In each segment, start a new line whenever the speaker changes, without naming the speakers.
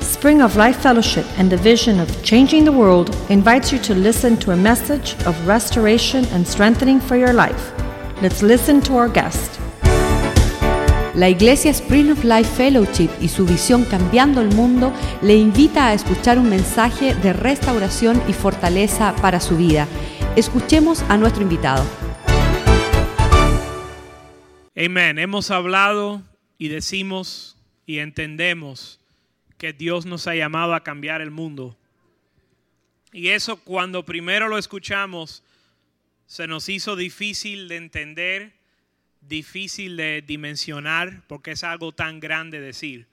Spring of Life Fellowship and the vision of changing the world invites you to listen to a message of restoration and strengthening for your life. Let's listen to our guest.
La Iglesia Spring of Life Fellowship y su visión Cambiando el Mundo le invita a escuchar un mensaje de restauración y fortaleza para su vida. Escuchemos a nuestro invitado.
Amén. Hemos hablado y decimos y entendemos que Dios nos ha llamado a cambiar el mundo. Y eso cuando primero lo escuchamos se nos hizo difícil de entender, difícil de dimensionar, porque es algo tan grande decir.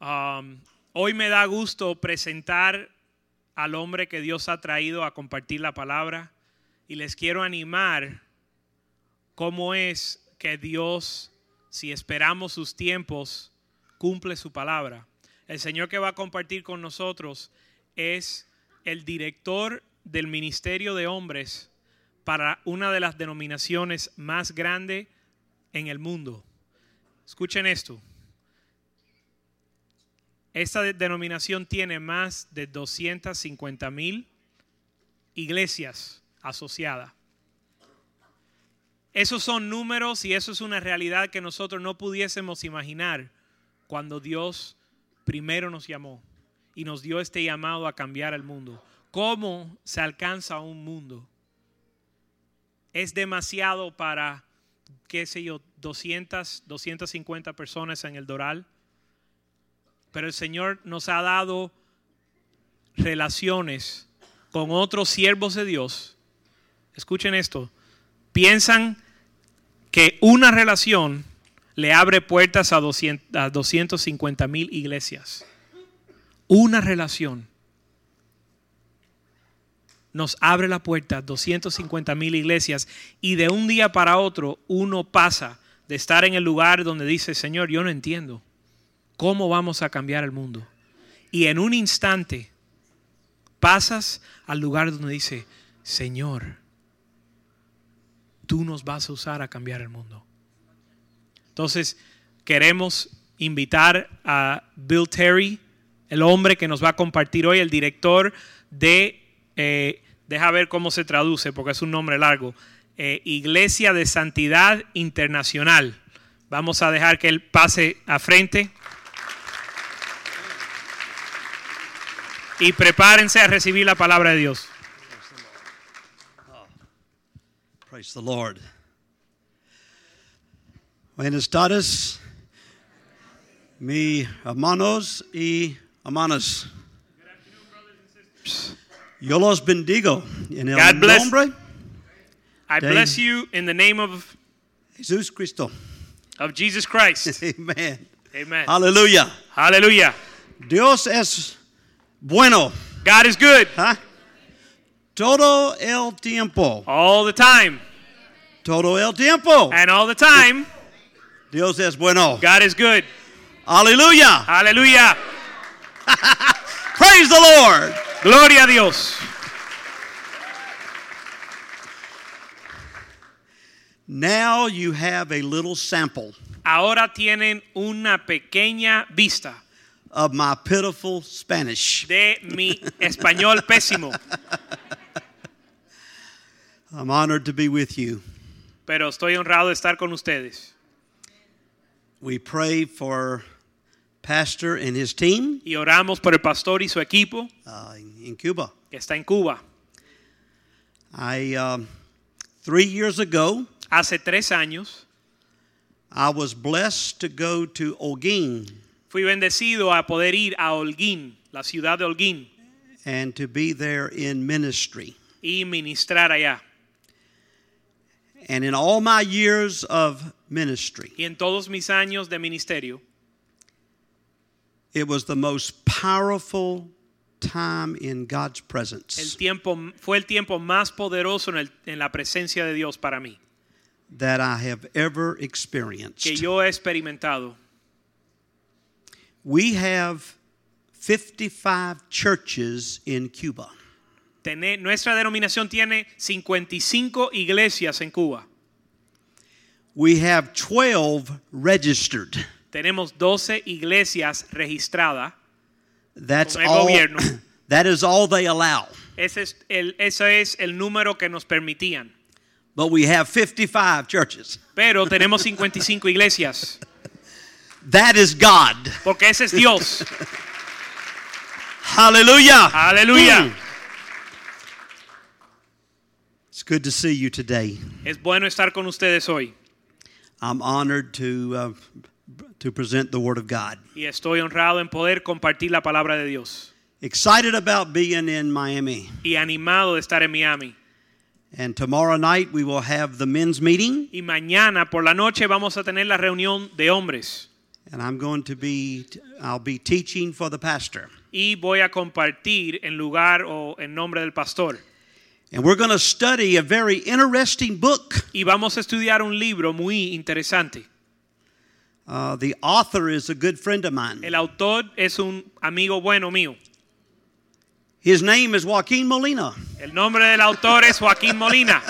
Um, hoy me da gusto presentar al hombre que Dios ha traído a compartir la palabra y les quiero animar cómo es que Dios, si esperamos sus tiempos, cumple su palabra. El Señor que va a compartir con nosotros es el director del Ministerio de Hombres para una de las denominaciones más grandes en el mundo. Escuchen esto. Esta denominación tiene más de 250 mil iglesias asociadas. Esos son números y eso es una realidad que nosotros no pudiésemos imaginar cuando Dios primero nos llamó y nos dio este llamado a cambiar el mundo. ¿Cómo se alcanza un mundo? Es demasiado para, qué sé yo, 200, 250 personas en el Doral, pero el Señor nos ha dado relaciones con otros siervos de Dios. Escuchen esto, piensan que una relación le abre puertas a, 200, a 250 mil iglesias. Una relación nos abre la puerta a 250 mil iglesias y de un día para otro uno pasa de estar en el lugar donde dice, Señor, yo no entiendo cómo vamos a cambiar el mundo. Y en un instante pasas al lugar donde dice, Señor, tú nos vas a usar a cambiar el mundo. Entonces, queremos invitar a Bill Terry, el hombre que nos va a compartir hoy, el director de, eh, deja ver cómo se traduce, porque es un nombre largo, eh, Iglesia de Santidad Internacional. Vamos a dejar que él pase a frente. Y prepárense a recibir la palabra de Dios.
Praise the Lord. Buenas tardes, mi hermanos y hermanas. Yo los bendigo en el
God bless-
nombre
I
Dave.
bless you in the name of,
Jesús Cristo.
of Jesus Christ.
Amen.
Amen.
Aleluya.
Hallelujah.
Dios es bueno
God is good
¿ah? todo el tiempo.
all the time.
Todo el tiempo.
And all the time,
Dios es bueno.
God is good.
Aleluya.
Hallelujah.
Praise the Lord.
Gloria a Dios.
Now you have a little sample
Ahora tienen una pequeña vista
of my pitiful Spanish.
de mi español pésimo,
I'm honored to be with you.
pero estoy honrado de estar con ustedes.
We pray for Pastor and his team
Y oramos por el pastor y su equipo
uh, in in Cuba.
que está en Cuba.
I um, three years ago,
Hace tres años
I was blessed to go to Ogin
fui bendecido a poder ir a Holguín, la ciudad de Holguín,
and to be there in ministry.
y ministrar allá.
And in all my years of ministry,
Y en todos mis años de ministerio,
it was the most powerful time in God's
el
presence
tiempo, fue el tiempo más poderoso en, el- en la presencia de Dios para mí,
that I have ever
que
experienced.
yo he experimentado.
We have 55 churches in Cuba.
Tené- nuestra denominación tiene 55 iglesias en Cuba.
We have 12 registered.
Tenemos 12 iglesias registradas
That's
Con el
all.
gobierno.
that is all they allow.
Ese es el, ese es el número que nos permitían.
But we have 55 churches.
Pero tenemos 55 iglesias,
That is God.
porque ese es Dios.
Hallelujah. Hmm.
Aleluya.
It's good to see you today.
Es bueno estar con ustedes hoy
I'm honored to uh, to present the Word of God.
y estoy honrado en poder compartir la palabra de Dios
Excited about being in Miami.
y animado de estar en Miami.
And tomorrow night we will have the men's meeting,
Y mañana por la noche vamos a tener la reunión de hombres
and I'm going to be I'll be teaching for the pastor.
y voy a compartir en lugar o en nombre del pastor.
And we're going to study a very interesting book.
Y vamos a estudiar un libro muy interesante.
Uh, the author is a good friend of mine.
El autor es un amigo bueno mío.
His name is Joaquin Molina.
El nombre del autor es Joaquín Molina.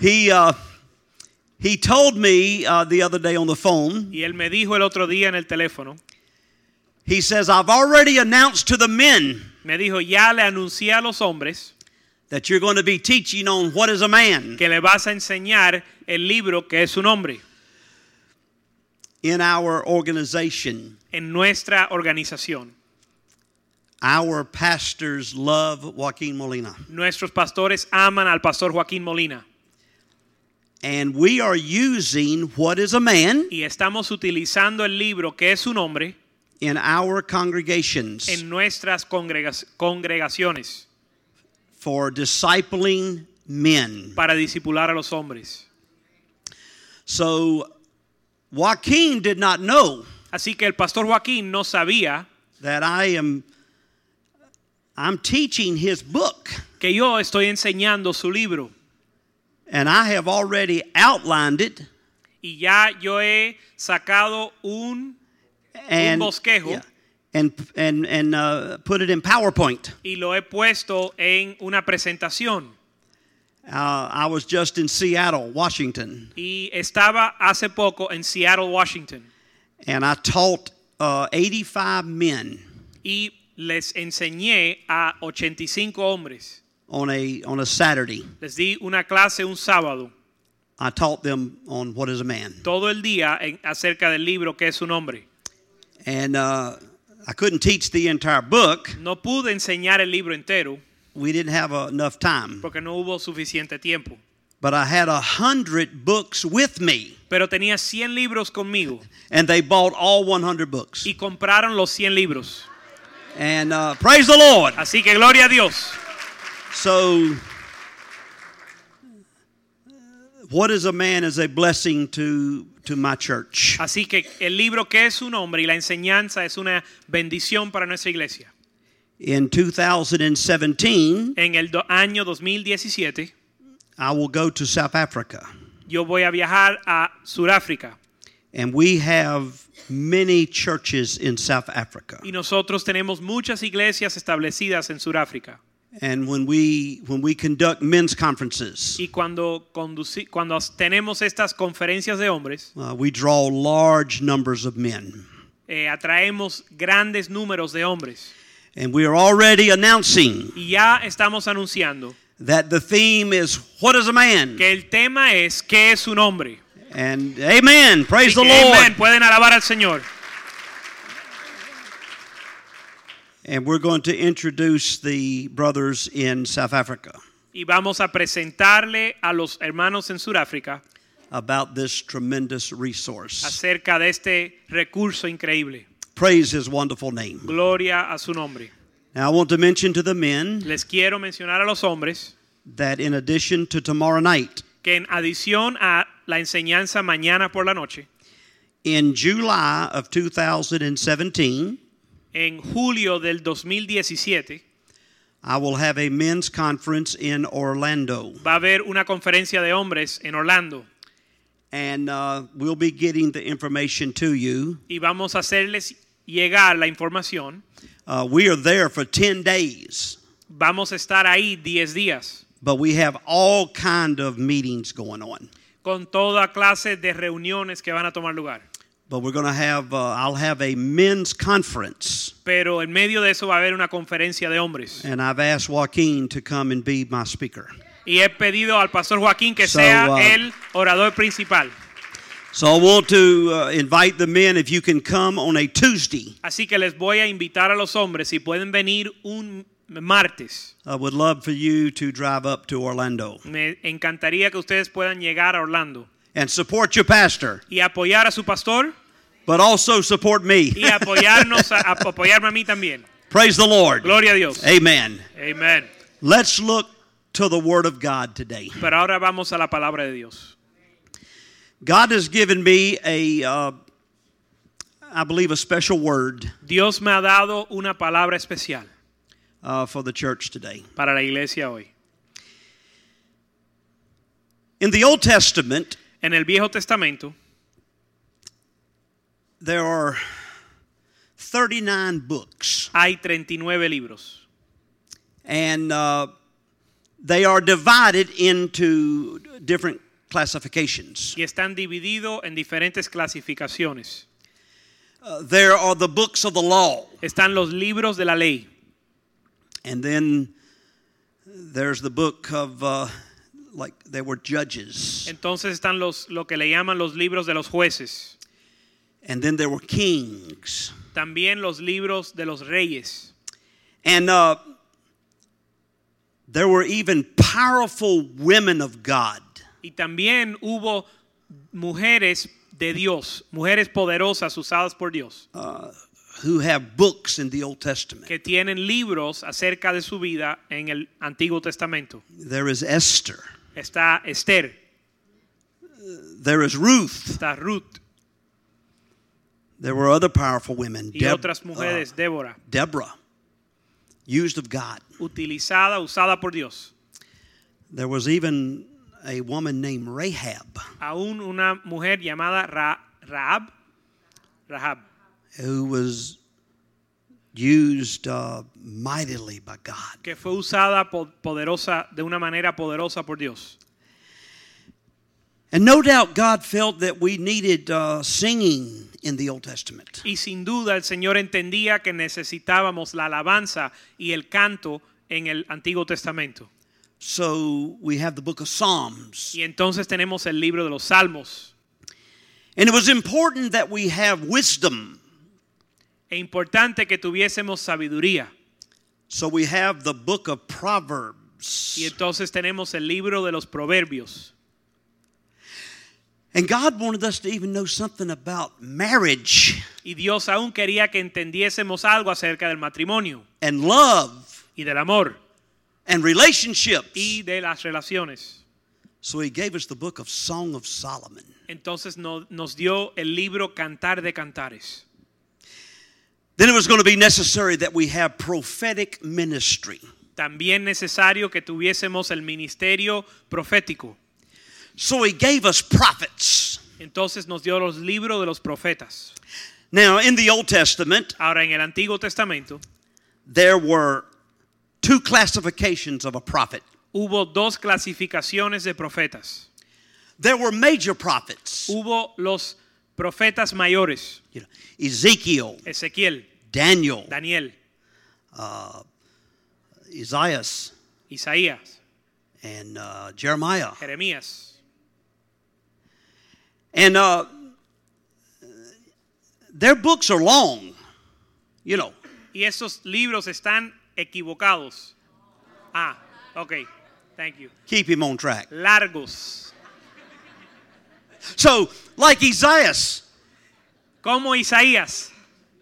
He uh, he told me uh, the other day on the phone.
Y él me dijo el otro día en el teléfono,
He says, "I've already announced to the men
me dijo, ya le anuncié a los hombres
that you're going to be teaching on what is a man
que le vas a enseñar el libro que es su nombre
in our organization.
en nuestra organización.
Our pastors love Joaquin Molina,
Nuestros pastores aman al pastor Joaquín Molina
and we are using what is a man
y estamos utilizando el libro que es su nombre
in our congregations
en nuestras congrega- congregaciones
for discipling men."
para discipular a los hombres.
So Joaquin did not know
Así que el pastor Joaquín no sabía
that I am I'm teaching his book
que yo estoy enseñando su libro
and I have already outlined it
y ya yo he sacado un
and
bosquejo.
and and and uh, put it in PowerPoint.
y lo he puesto en una presentación.
Uh, I was just in Seattle, Washington,
Y estaba hace poco en Seattle, Washington,
and I taught uh, 85 men
y les enseñé a 85 hombres.
on a on a Saturday.
Les di una clase un sábado,
I taught them on what is a man,
todo el día en- acerca del libro que es su nombre.
and uh, I couldn't teach the entire book.
No pude enseñar el libro entero
We didn't have uh, enough time.
porque no hubo suficiente tiempo,
But I had a hundred books with me,
pero tenía 100 libros conmigo
and they bought all 100 books.
y compraron los 100 libros.
And uh, praise the Lord.
Así que gloria a Dios.
So, what is a man is a blessing to to my church.
Así que el libro que es su nombre y la enseñanza es una bendición para nuestra iglesia.
In 2017,
En el do- año 2017
I will go to South Africa,
yo voy a viajar a Sudáfrica
and we have many churches in South Africa.
y nosotros tenemos muchas iglesias establecidas en Sudáfrica.
And when we when we conduct men's conferences,
Y cuando, conduci- cuando as- tenemos estas conferencias de hombres,
uh, we draw large numbers of men,
eh, atraemos grandes números de hombres.
and we are already announcing
Y ya estamos anunciando
that the theme is "What is a man?"
que el tema es ¿qué es su nombre?
And Amen. Praise the
Así que,
Lord.
amen, pueden alabar al Señor.
And we're going to introduce the brothers in South Africa
Y vamos a presentarle a los hermanos en Sudáfrica
about this tremendous resource.
acerca de este recurso increíble.
Praise his wonderful name.
Gloria a su nombre.
Now, I want to mention to the men
Les quiero mencionar a los hombres
that in addition to tomorrow night,
que en adición a la enseñanza mañana por la noche,
in July of 2017,
en julio del 2017
I will have a men's conference in Orlando.
va a haber una conferencia de hombres en Orlando
And uh, we'll be getting the information to you.
y vamos a hacerles llegar la información.
Uh, we are there for 10 days,
Vamos a estar ahí 10 días
but we have all kind of meetings going on.
con toda clase de reuniones que van a tomar lugar.
But we're going to have, uh, I'll have a men's conference.
pero en medio de eso va a haber una conferencia de hombres.
And I've asked Joaquin to come and be my speaker.
Y he pedido al pastor Joaquín que
So,
sea
uh,
el orador principal.
So I want to uh, invite the men, if you can come on a Tuesday.
Así que les voy a invitar a los hombres si pueden venir un martes.
I would love for you to drive up to Orlando
Me encantaría que ustedes puedan llegar a Orlando
and support your pastor,
y apoyar a su pastor
but also support me.
y apoyarnos, a- a- apoyarme a mí también.
Praise the Lord.
Gloria a Dios.
Amen.
Amén.
Let's look to the Word of God today.
Pero ahora vamos a la palabra de Dios.
God has given me a, uh, I believe, a special word
Dios me ha dado una palabra especial
uh, for the church today.
para la iglesia hoy.
In the Old Testament,
En el Viejo Testamento
there are 39 books,
hay 39 libros
and uh, they are divided into different classifications.
y están divididos en diferentes clasificaciones.
Uh, there are the books of the law,
Están los libros de la ley,
and then there's the book of, uh, like, there were judges,
entonces están los lo que le llaman los libros de los jueces,
and then there were kings.
también los libros de los reyes
And uh, there were even powerful women of God
y también hubo mujeres de Dios, mujeres poderosas usadas por Dios
who have books in the Old Testament.
que tienen libros acerca de su vida en el Antiguo Testamento.
There is Esther,
Está Esther,
there is Ruth,
está Ruth
there were other powerful women.
y
Deb-
otras
uh,
mujeres, Débora,
Deborah, used of God.
utilizada, usada por Dios.
There was even a woman named Rahab
Aún una mujer llamada Ra- Rahab, Rahab,
who was used uh, mightily by God.
que fue usada po- poderosa de una manera poderosa por Dios.
And no doubt God felt that we needed uh, singing in the Old Testament.
Y sin duda el Señor entendía que necesitábamos la alabanza y el canto en el Antiguo Testamento.
So we have the book of Psalms.
Y entonces tenemos el libro de los Salmos.
And it was important that we have wisdom.
E importante que tuviésemos sabiduría.
So we have the book of
Y
Proverbs.
entonces tenemos el libro de los Proverbios.
And God wanted us to even know something about marriage
Y Dios aún quería que entendiésemos algo acerca del matrimonio
and love
y del amor
and relationships.
y de las relaciones.
So he gave us the book of Song of Solomon.
Entonces no- nos dio el libro Cantar de Cantares.
Then it was going to be necessary that we have prophetic ministry.
También necesario que tuviésemos el ministerio profético.
So he gave us prophets.
Entonces nos dio los libros de los profetas.
Now, in the Old Testament,
Ahora en el Antiguo Testamento
there were two classifications of a prophet.
hubo dos clasificaciones de profetas.
There were major prophets.
Hubo los profetas mayores,
you know, Ezekiel,
Ezequiel,
Daniel,
Daniel,
Isaiah,
Isaías,
and uh, Jeremiah.
Jeremías.
And uh, their books are long, you know.
Y esos libros están equivocados. Ah, ok. Thank you.
Keep him on track.
Largos.
So, like Isaiah,
Como Isaías,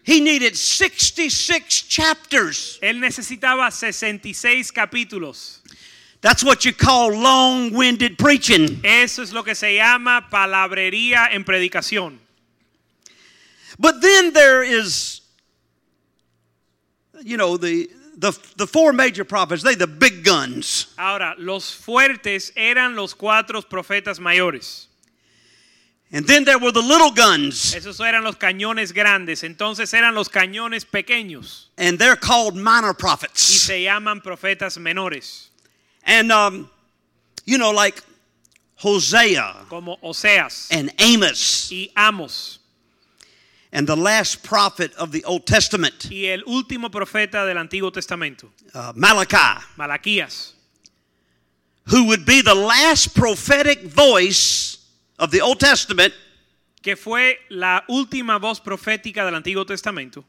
he needed 66 chapters.
él necesitaba 66 capítulos.
That's what you call long winded preaching.
Eso es lo que se llama palabrería en predicación.
But then there is, you know, the, the, the four major prophets, they the big guns.
Ahora, los fuertes eran los cuatro profetas mayores.
And then there were the little guns,
Esos eran los cañones grandes. Entonces eran los cañones pequeños
and they're called minor
y
prophets.
se llaman profetas menores,
And um, you know, like Hosea
como Oseas
and Amos
y Amos.
and the last prophet of the Old Testament,
y el último profeta del Antiguo Testamento,
uh, Malachi,
Malaquías,
who would be the last prophetic voice of the Old Testament,
que fue la última voz profética del Antiguo Testamento.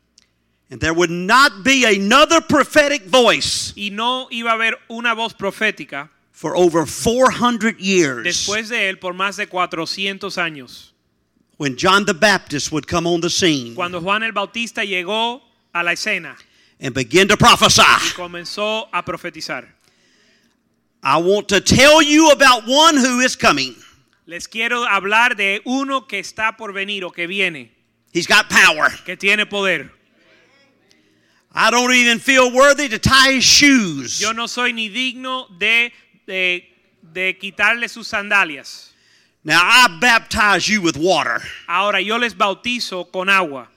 and there would not be another prophetic voice
Y no iba a haber una voz profética
for over 400 years
después de él por más de 400 años.
when John the Baptist would come on the scene
Cuando Juan el Bautista llegó a la escena,
and begin to prophesy.
comenzó a profetizar.
I want to tell you about one who is coming.
Les quiero hablar de uno que está por venir o que viene,
He's got power.
que tiene poder.
I don't even feel worthy to tie his shoes.
Yo no soy ni digno de, de, de quitarle sus sandalias.
Now I baptize you with water,
Ahora yo les bautizo con agua,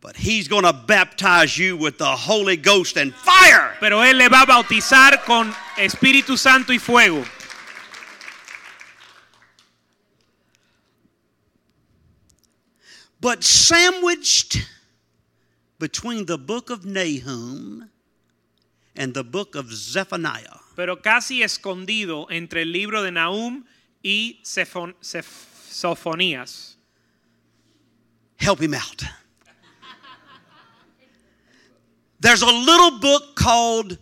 but he's going to baptize you with the Holy Ghost and fire.
pero él le va a bautizar con Espíritu Santo y fuego.
But sandwiched between the book of Nahum and the book of Zephaniah
Pero casi escondido entre el libro de Nahum y Sefon- Sef- Sofonías.
help him out. There's a little book called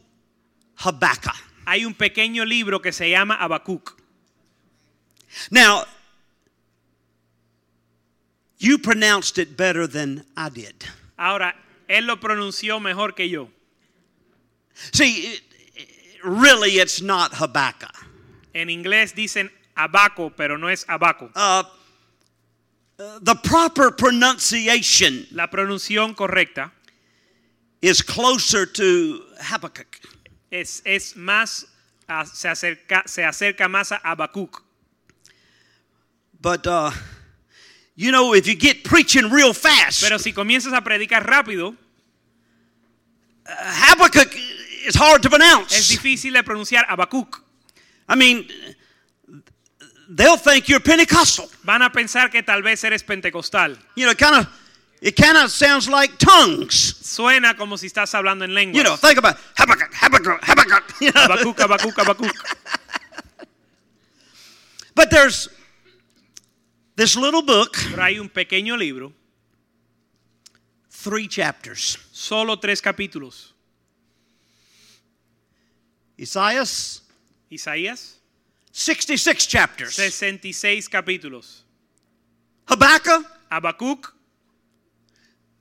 Habakkuk.
Hay un pequeño libro que se llama Habacuc.
Now, you pronounced it better than I did.
Ahora, él lo pronunció mejor que yo.
See, it, it- really, it's not Habakkuk.
En inglés dicen abaco, pero no es abaco.
Uh, the proper pronunciation
La pronunciación correcta
is closer to Habakkuk.
es, es más, ah, se acerca, se acerca más a Habacuc.
But, uh, you know, if you get preaching real fast,
Pero si comienzas a predicar rápido,
Habakkuk is hard to
es
pronounce.
difícil de pronunciar Habacuc.
I mean, they'll think you're Pentecostal.
Van a pensar que tal vez eres pentecostal.
You know, kind of, it kind of sounds like tongues.
Suena como si estás hablando en lenguas.
You know, think about Habakkuk, Habakkuk, Habakkuk. you know.
Habacuc, Habacuc, Habacuc.
But there's this little book,
Pero hay un pequeño libro,
three chapters.
solo tres capítulos.
Isaiah,
Isaías,
66 chapters.
66 capítulos.
Habakkuk,
Habacuc,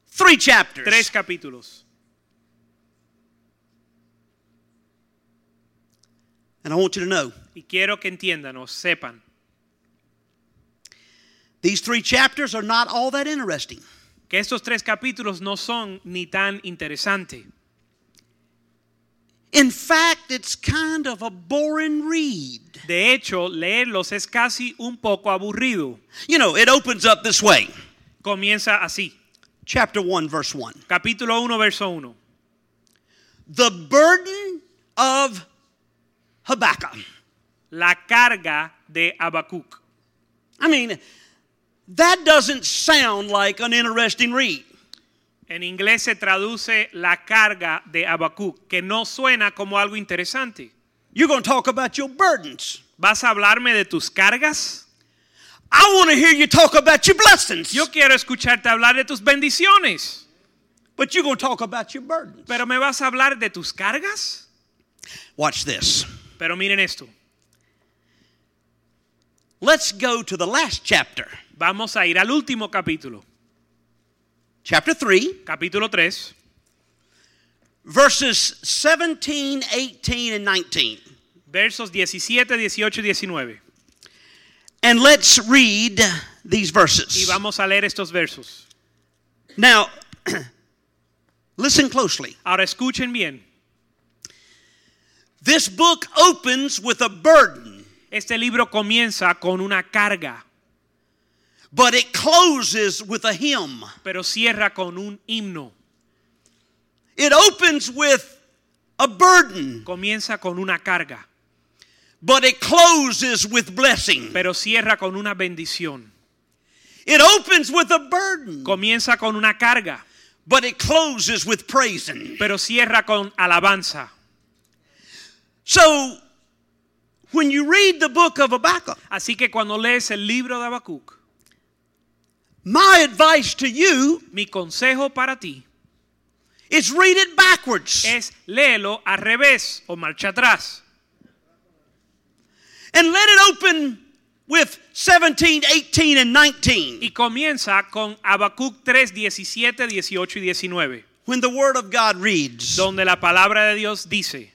three
tres
chapters.
capítulos.
And I want you to know,
Y quiero que entiendan o sepan,
these three chapters are not all that interesting.
que estos tres capítulos no son ni tan interesantes.
In fact, it's kind of a boring read.
De hecho, leerlos es casi un poco aburrido.
You know, it opens up this way.
Comienza así.
Chapter 1, verse 1.
Capítulo 1, verso 1.
The burden of Habakkuk.
La carga de Habacuc.
I mean, that doesn't sound like an interesting read.
En inglés se traduce la carga de Habacuc, que no suena como algo interesante.
You're going to talk about your burdens.
¿Vas a hablarme de tus cargas?
I want to hear you talk about your blessings,
Yo quiero escucharte hablar de tus bendiciones,
but you're going to talk about your burdens.
pero ¿me vas a hablar de tus cargas?
Watch this.
Pero miren esto.
Let's go to the last chapter,
Vamos a ir al último capítulo,
chapter 3,
capítulo 3,
verses 17, 18, and 19.
versos 17, 18 y 19.
And let's read these
Y
verses.
vamos a leer estos versos.
Now, listen closely.
Ahora escuchen bien.
This book opens with a burden,
Este libro comienza con una carga,
but it closes with a hymn.
pero cierra con un himno.
It opens with a burden,
Comienza con una carga,
but it closes with blessing.
pero cierra con una bendición.
It opens with a burden,
Comienza con una carga,
but it closes with praising.
pero cierra con alabanza.
So when you read the book of Habakkuk,
Así que cuando lees el libro de Habacuc,
my advice to you
mi consejo para ti
is read it backwards
es léelo al revés o marcha atrás
and let it open with 17, 18, and 19.
y comienza con Habacuc 3, 17, 18 y 19,
When the Word of God reads,
donde la palabra de Dios dice,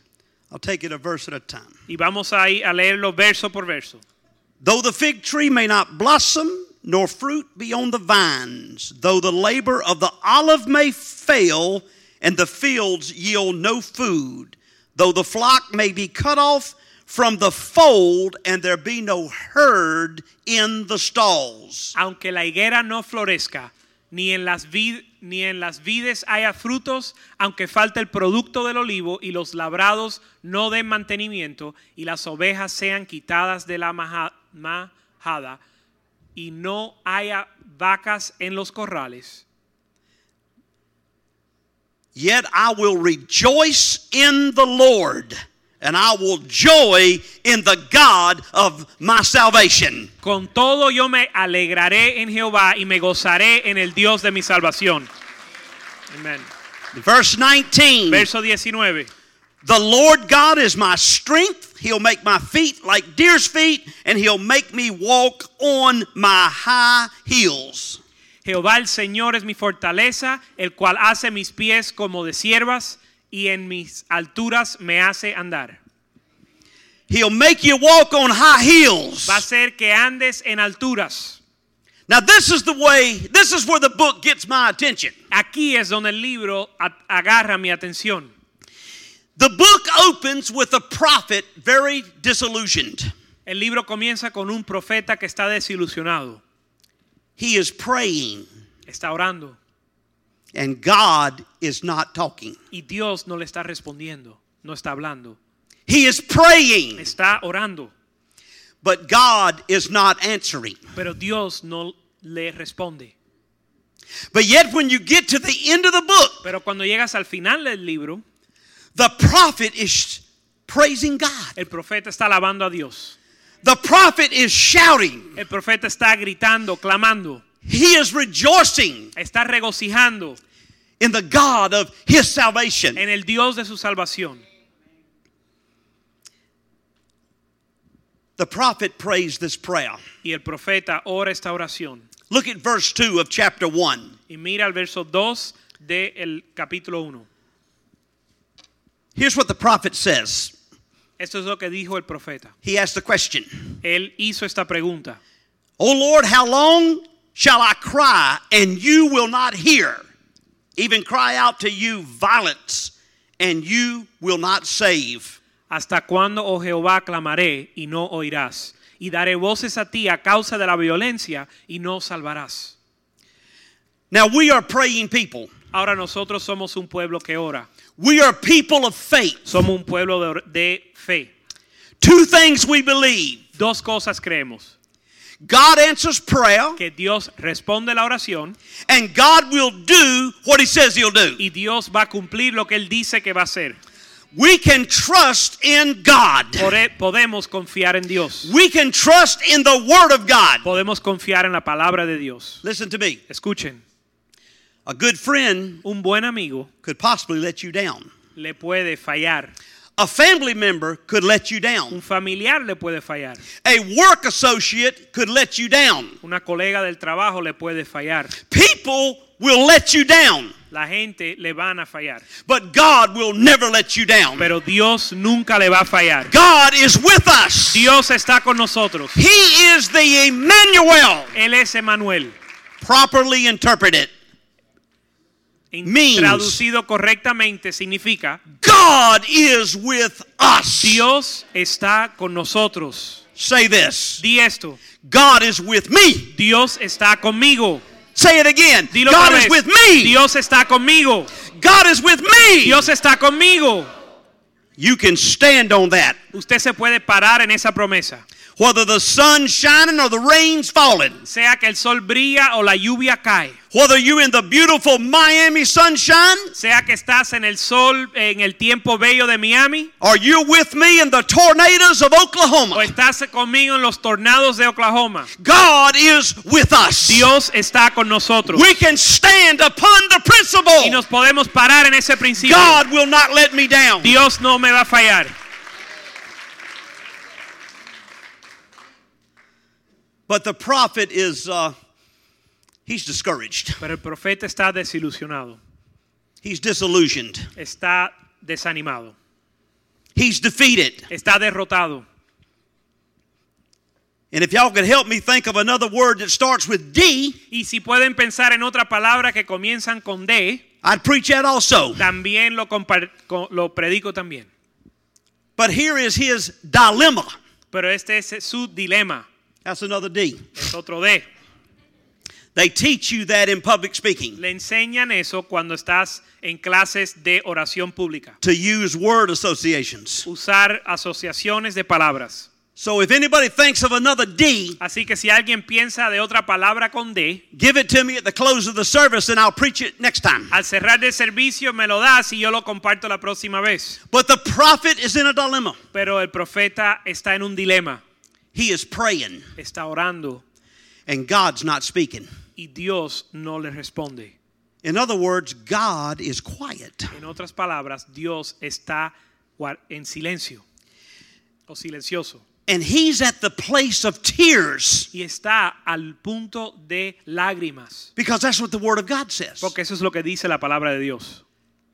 I'll take it a verse at a time.
y vamos a, ir a leerlo verso por verso.
Though the fig tree may not blossom, nor fruit be on the vines, though the labor of the olive may fail, and the fields yield no food, though the flock may be cut off from the fold, and there be no herd in the stalls.
aunque la higuera no florezca, ni en las vid- ni en las vides haya frutos, aunque falte el producto del olivo y los labrados no den mantenimiento y las ovejas sean quitadas de la maja- majada y no haya vacas en los corrales,
Yet I will rejoice in the Lord, and I will joy in the God of my salvation.
con todo yo me alegraré en Jehová y me gozaré en el Dios de mi salvación. Amén.
Verse 19.
Verso 19.
The Lord God is my strength. He'll make my feet like deer's feet, and He'll make me walk on my high heels.
Jehová el Señor es mi fortaleza, el cual hace mis pies como de siervas y en mis alturas me hace andar.
He'll make you walk on high heels.
Va a ser que andes en alturas.
Now, this is the way, this is where the book gets my attention.
Aquí es donde el libro a- agarra mi atención.
The book opens with a prophet very disillusioned.
El libro comienza con un profeta que está desilusionado,
He is praying,
está orando
and God is not talking.
y Dios no le está respondiendo, no está hablando,
He is praying,
está orando,
but God is not answering.
pero Dios no le responde.
But yet, when you get to the end of the book,
Pero cuando llegas al final del libro,
The prophet is praising God.
el profeta está alabando a Dios.
The prophet is shouting.
El profeta está gritando, clamando,
He is rejoicing
está regocijando
in the God of his salvation.
en el Dios de su salvación.
The prophet prays this prayer.
Y el profeta ora esta oración.
Look at verse 2 of chapter 1.
Y mira el verso 2 del capítulo 1.
Here's what the prophet says.
Esto es lo que dijo el profeta.
He asked the question,
Él hizo esta pregunta.
O Lord, how long shall I cry and you will not hear? Even cry out to you violence and you will not save.
¿Hasta cuándo, oh Jehová, clamaré y no oirás? Y daré voces a ti a causa de la violencia y no salvarás.
Now we are praying people.
Ahora nosotros somos un pueblo que ora.
We are people of faith.
Somos un pueblo de, or- de fe.
Two things we believe
Dos cosas creemos.
God answers prayer,
Que Dios responde la oración
and God will do what He says He'll do.
y Dios va a cumplir lo que Él dice que va a hacer.
We can trust in God.
Por- podemos confiar en Dios.
We can trust in the Word of God.
Podemos confiar en la palabra de Dios.
Listen to me.
Escuchen,
A good friend
un buen amigo
could possibly let you down,
le puede fallar.
a family member could let you
Un
down,
familiar le puede fallar.
a work associate could let you down.
Una colega del trabajo le puede fallar.
People will let you down,
La gente le van a fallar.
but God will never let you down.
Pero Dios nunca le va a fallar.
God is with us.
Dios está con nosotros.
He is the Emmanuel,
Él es Emanuel.
properly interpreted.
En-
Means.
Traducido correctamente significa
God is with us.
Dios está con nosotros.
Say this.
Di esto.
God is with me.
Dios está conmigo.
Say it again.
Dilo otra
God is
vez.
with me.
Dios está conmigo.
God is with me.
Dios está conmigo.
You can stand on that.
Usted se puede parar en esa promesa.
Whether the sun's shining or the rain's falling,
Sea que el sol brilla o la lluvia cae.
Whether you're in the beautiful Miami sunshine,
sea que estás en el sol, en el tiempo bello de Miami,
or you're with me in the tornadoes of Oklahoma,
o estás conmigo en los tornados de Oklahoma,
God is with us.
Dios está con nosotros.
We can stand upon the
Y
principle
nos podemos parar en ese principio.
God will not let me down.
Dios no me va a fallar.
But the prophet is, uh, he's discouraged,
Pero el profeta está desilusionado,
he's disillusioned,
está desanimado,
he's defeated.
está derrotado.
And if y'all could help me think of another word that starts with D,
Y si pueden pensar en otra palabra que comienzan con D,
I'd preach that also.
también lo, compar- co- lo predico también.
But here is his dilemma.
Pero este es su dilema,
That's another D.
es otro D.
They teach you that in public speaking
Le enseñan eso cuando estás en clases de oración pública.
to use word associations.
Usar asociaciones de palabras.
So if anybody thinks of another D,
Así que si alguien piensa de otra palabra con D,
give it to me at the close of the service and I'll preach it next time.
al cerrar el servicio me lo das y yo lo comparto la próxima vez.
But the prophet is in a dilemma.
Pero el profeta está en un dilema,
He is praying
está orando
and God's not speaking.
y Dios no le responde.
In other words, God is quiet.
En otras palabras, Dios está guar- en silencio o silencioso
And he's at the place of tears
y está al punto de lágrimas,
because that's what the word of God says.
porque eso es lo que dice la palabra de Dios.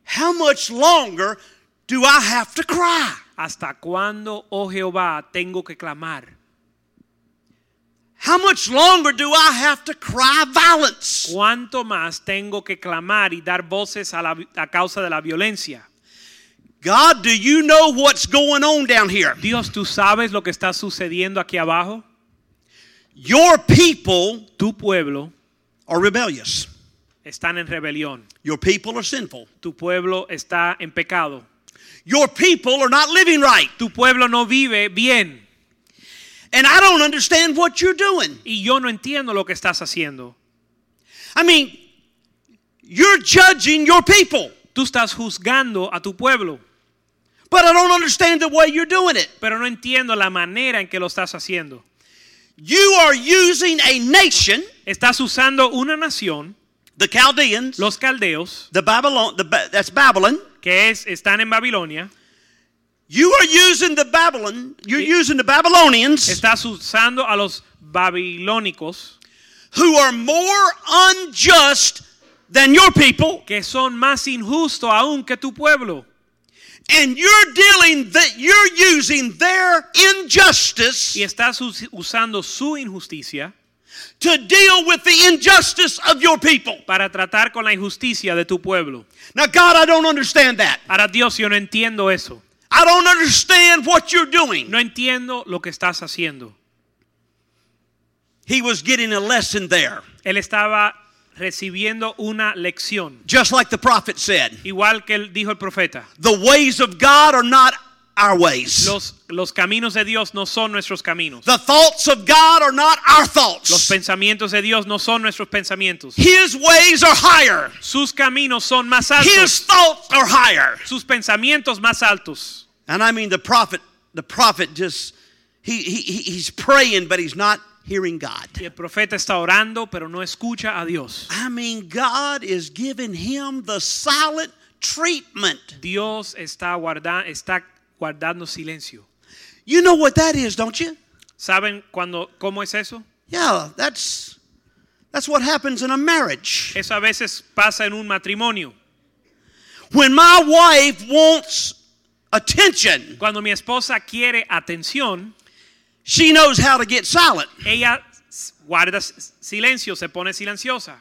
How much longer do I have to cry?
¿Hasta cuándo, oh Jehová, tengo que clamar?
How much longer do I have to cry violence?
¿Cuánto más tengo que clamar y dar voces a, la vi- a causa de la violencia?
God, do you know what's going on down here?
Dios, ¿tú sabes lo que está sucediendo aquí abajo?
Your people
Tu pueblo
are rebellious.
están en rebelión.
Your people are sinful.
Tu pueblo está en pecado.
Your people are not living right.
Tu pueblo no vive bien.
And I don't understand what you're doing.
y yo no entiendo lo que estás haciendo.
I mean, you're judging your people,
Tú estás juzgando a tu pueblo,
but I don't understand the way you're doing it.
pero no entiendo la manera en que lo estás haciendo.
You are using a nation,
Estás usando una nación,
the Chaldeans,
los caldeos,
the Babylon, the, Ba- that's Babylon.
que es, están en Babilonia,
You are using the Babylon, you're
Yeah.
using the Babylonians
estás usando a los babilónicos,
who are more unjust than your people,
que son más injustos aún que tu pueblo.
and you're dealing that you're using their injustice
Y estás us- usando su injusticia
to deal with the injustice of your people.
para tratar con la injusticia de tu pueblo.
Now, God, I don't understand that.
Ahora Dios, yo no entiendo eso.
I don't understand what you're doing.
No entiendo lo que estás haciendo.
He was getting a lesson there,
Él estaba recibiendo una lección.
just like the prophet said.
Igual que él dijo el profeta,
The ways of God are not our ways.
los, los caminos de Dios no son nuestros caminos.
The thoughts of God are not our
Los
thoughts.
pensamientos de Dios no son nuestros pensamientos.
His ways are higher.
Sus caminos son más
His
altos.
thoughts are higher.
Sus pensamientos más altos.
And I mean the prophet, the prophet just he, he he- he's praying, but he's not hearing God.
Y el profeta está orando, pero no escucha a Dios.
I mean, God is giving him the silent treatment.
Dios está, guarda- está guardando silencio.
You know what that is, don't you?
¿Saben cuando, cómo es eso?
Yeah, that's that's what happens in a marriage.
Eso a veces pasa en un matrimonio.
When my wife wants attention,
Cuando mi esposa quiere atención,
she knows how to get silent.
ella s- guarda s- silencio, se pone silenciosa.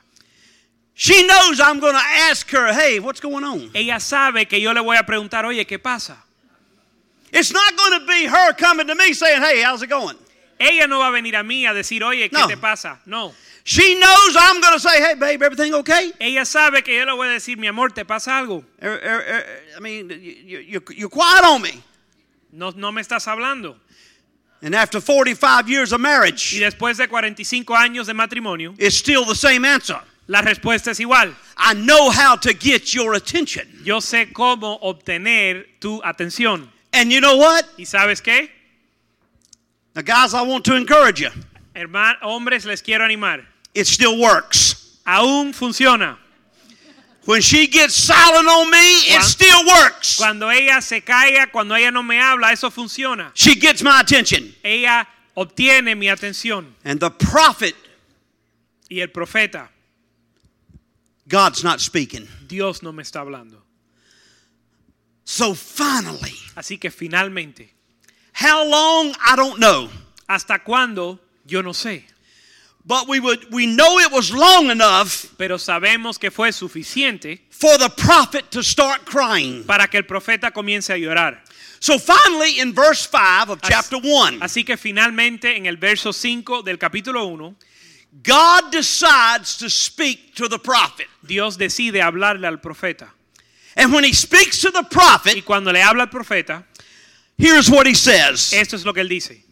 She knows I'm going to ask her, "Hey, what's going on?"
Ella sabe que yo le voy a preguntar, oye, ¿qué pasa?
It's not going to be her coming to me saying, "Hey, how's it going?"
Ella no va a venir a mí a decir, oye, ¿qué
No.
te pasa? No.
She knows I'm going to say, "Hey, babe, everything okay?"
Ella sabe que yo le voy a decir, mi amor, ¿te pasa algo?
Er, er, er, I mean, you, you, you're quiet on me.
No, no me estás hablando.
And after 45 years of
Y
marriage,
después de 45 años de matrimonio,
it's still the same answer.
La respuesta es igual.
I know how to get your attention.
Yo sé cómo obtener tu atención.
And you know what?
¿Y sabes qué?
Now, guys, I want to encourage you.
Herman, hombres, les quiero animar.
It still works.
Aún funciona.
When she gets silent on me, it
Cuan-
still works.
Cuando ella se caiga, cuando ella no me habla, eso funciona.
She gets my attention.
Ella obtiene mi atención.
And the prophet,
Y el profeta,
God's not speaking.
Dios no me está hablando.
So finally,
Así que finalmente,
how long? I don't know.
¿hasta cuándo? Yo no sé.
But we would we know it was long enough
Pero sabemos que fue suficiente
for the prophet to start crying.
para que el profeta comience a llorar.
So finally in verse 5 of
As-
chapter 1,
Así que finalmente en el verso 5 del capítulo 1,
God decides to speak to the prophet.
Dios decide hablarle al profeta.
And when he speaks to the
Y
prophet,
cuando le habla al profeta,
here's what he says.
esto es lo que él dice.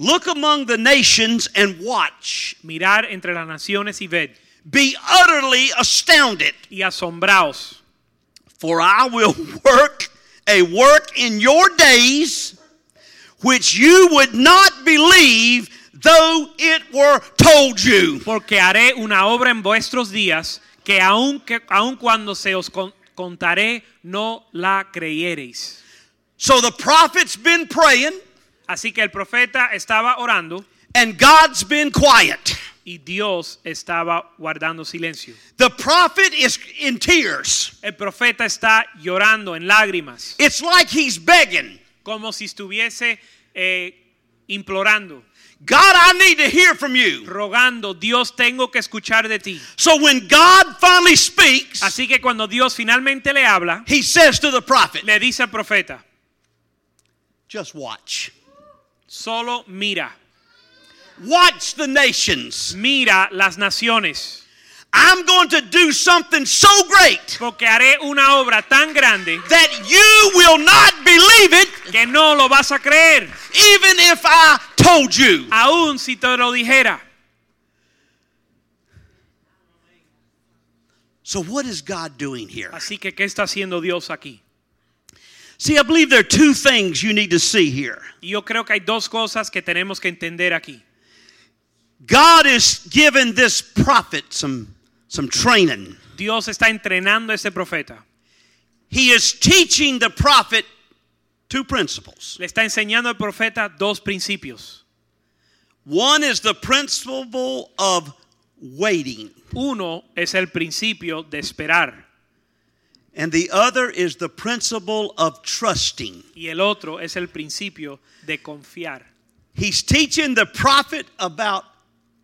Look among the nations and watch.
Mirar entre las naciones y ved,
Be utterly astounded,
y asombraos,
for I will work a work in your days which you would not believe though it were told you.
porque haré una obra en vuestros días que aun, que- aun cuando se os con- contaré no la creyereis.
So the prophet's been praying
Así que el profeta estaba orando
and God's been quiet.
y Dios estaba guardando silencio.
The prophet is in tears.
El profeta está llorando en lágrimas,
It's like he's begging.
como si estuviese eh, implorando,
God, I need to hear from you.
rogando, Dios, tengo que escuchar de ti.
So when God finally speaks,
Así que cuando Dios finalmente le habla,
he says to the prophet,
le dice al profeta,
just watch.
solo mira,
Watch the nations.
mira las naciones,
I'm going to do something so great
porque haré una obra tan grande
that you will not believe it
que no lo vas a creer,
even if I told you.
aun si te lo dijera.
So what is God doing here?
Así que, ¿qué está haciendo Dios aquí?
See, I believe there are two things you need to see here.
Y yo creo que hay dos cosas que tenemos que entender aquí.
God is giving this prophet some some training.
Dios está entrenando a este profeta.
He is teaching the prophet two principles.
Le está enseñando al profeta dos principios.
One is the principle of waiting,
Uno es el principio de esperar
and the other is the principle of trusting.
y el otro es el principio de confiar.
He's teaching the prophet about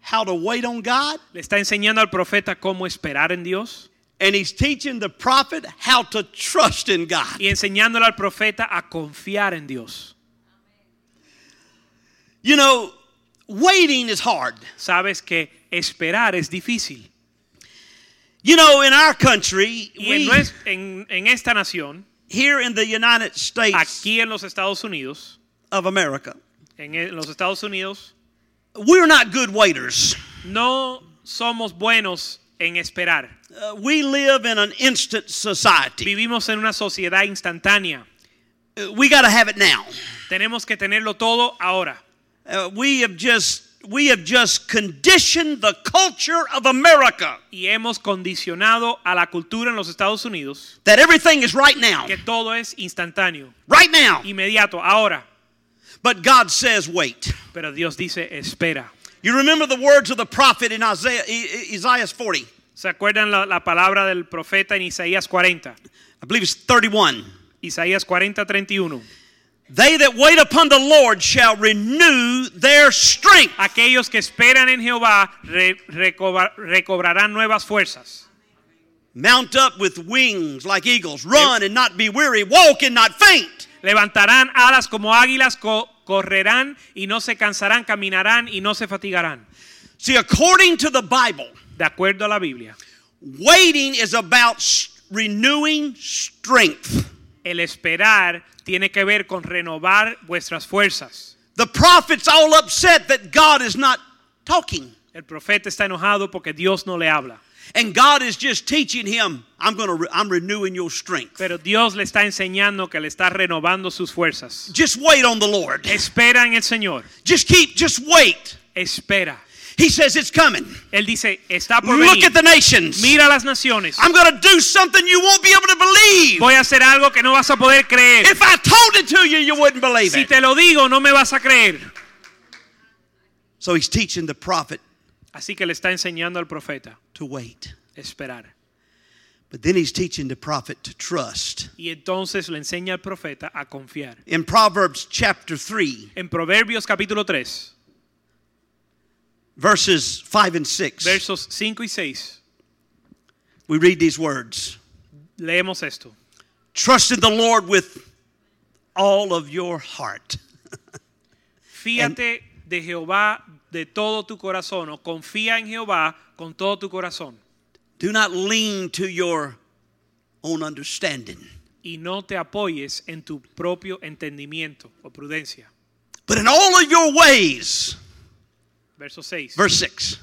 how to wait on God,
Le está enseñando al profeta cómo esperar en Dios
and he's teaching the prophet how to trust in God.
y enseñándole al profeta a confiar en Dios.
You know, waiting is hard.
Sabes que esperar es difícil.
You know, in our country,
Y en,
we,
nues- en- en esta nación,
here in the United States
aquí en los Estados Unidos,
of America,
en, e- en los Estados Unidos,
we're not good waiters.
no somos buenos en esperar.
Uh, we live in an instant society.
Vivimos en una sociedad instantánea.
Uh, We got to have it now.
Tenemos que tenerlo todo ahora.
Uh, we have just we have just conditioned the culture of America
Y hemos condicionado a la cultura en los Estados Unidos
that everything is right now,
que todo es instantáneo,
right now.
inmediato, ahora.
But God says, wait.
Pero Dios dice, espera.
You remember the words of the prophet in Isaiah, I- I- Isaiah 40,
¿Se acuerdan la, la palabra del profeta en Isaías 40?
I believe it's 31.
Isaías 40, 31.
They that wait upon the Lord shall renew their strength.
Aquellos que esperan en Jehová re- recobra- recobrarán nuevas fuerzas.
Mount up with wings like eagles, run and not be weary, walk and not faint.
Levantarán alas como águilas, co- correrán y no se cansarán, caminarán y no se fatigarán.
See, according to the Bible,
De acuerdo a la Biblia.
waiting is about s- renewing strength.
El esperar tiene que ver con renovar vuestras fuerzas.
The prophet's all upset that God is not talking.
El profeta está enojado porque Dios no le habla.
And God is just teaching him, I'm going to re- I'm renewing your strength.
Pero Dios le está enseñando que le está renovando sus fuerzas.
Just wait on the Lord.
Espera en el Señor.
Just keep just wait.
Espera.
He says it's coming.
Él dice, está por
Look
venir.
at the nations.
Mira las naciones.
I'm going to do something you won't be able to believe.
Voy a hacer algo que no vas a poder creer.
If I told it to you, you wouldn't believe
Si
it.
te lo digo, no me vas a creer.
So he's teaching the prophet
Así que le está enseñando al profeta
to wait.
esperar.
But then he's teaching the prophet to trust.
Y entonces le enseña al profeta a confiar.
In Proverbs chapter 3,
En Proverbios capítulo 3,
verses 5 and 6,
versos 5 y 6,
we read these words
leemos esto.
Trust in the Lord with all of your heart.
Fíate de Jehová de todo tu corazón o confía en Jehová con todo tu corazón
Do not lean to your own understanding,
y no te apoyes en tu propio entendimiento o prudencia.
but in all of your ways.
Verso 6.
Verse 6.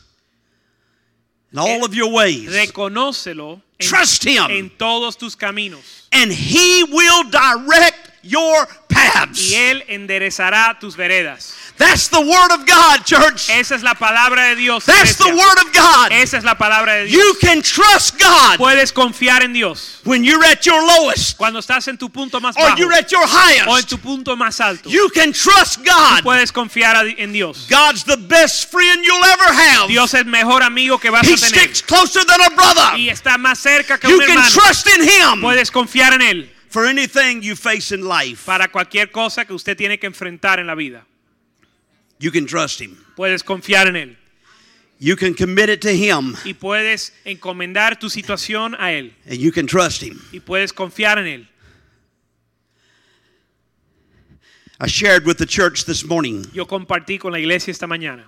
In all of your ways,
Reconócelo en,
Trust him.
en todos tus caminos
and he will direct your paths.
y él enderezará tus veredas.
That's the word of God, church.
Esa es la palabra de Dios.
That's the
iglesia.
word of God.
Esa es la palabra de Dios.
You can trust God
Puedes confiar en Dios
when you're at your lowest
cuando estás en tu punto más
or
bajo
you're at your
o en
highest.
tu punto más alto.
Oh, You can trust God.
Puedes confiar a- en Dios.
God's the best friend you'll ever have.
Dios es el mejor amigo que vas
He
a tener
sticks closer than a brother.
y está más cerca que
You
un
can
hermano.
trust in Him
Puedes confiar en él
for anything you face in life.
para cualquier cosa que usted tiene que enfrentar en la vida.
You can trust Him.
Puedes confiar en él
You can commit it to Him
y puedes encomendar tu situación a él.
and you can trust Him.
y puedes confiar en él.
I shared with the church this morning,
Yo compartí con la iglesia esta mañana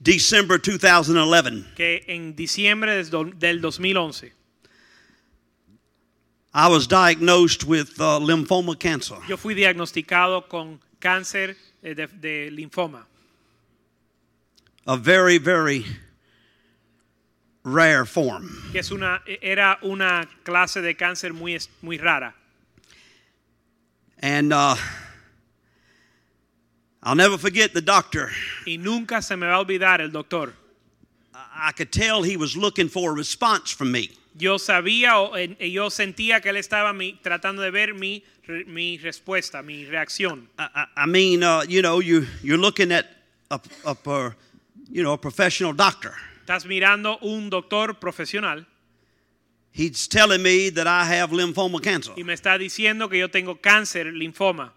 December 2011.
que en diciembre des- del 2011
I was diagnosed with uh, lymphoma cancer.
yo fui diagnosticado con cáncer eh, de, de linfoma,
a very, very rare form.
que es una e, era una clase de cáncer muy es- muy rara.
And uh, I'll never forget the doctor.
Y nunca se me va a olvidar el doctor.
I I could tell he was looking for a response from me.
Yo sabía o en- eh, yo sentía que él estaba mi- tratando de ver mi re- mi respuesta, mi reacción.
I, I, I mean, uh, you know, you, you're looking at a, a, per- you know, a professional doctor.
Estás mirando un doctor profesional
He's telling me that I have lymphoma cancer.
y me está diciendo que yo tengo cáncer, linfoma.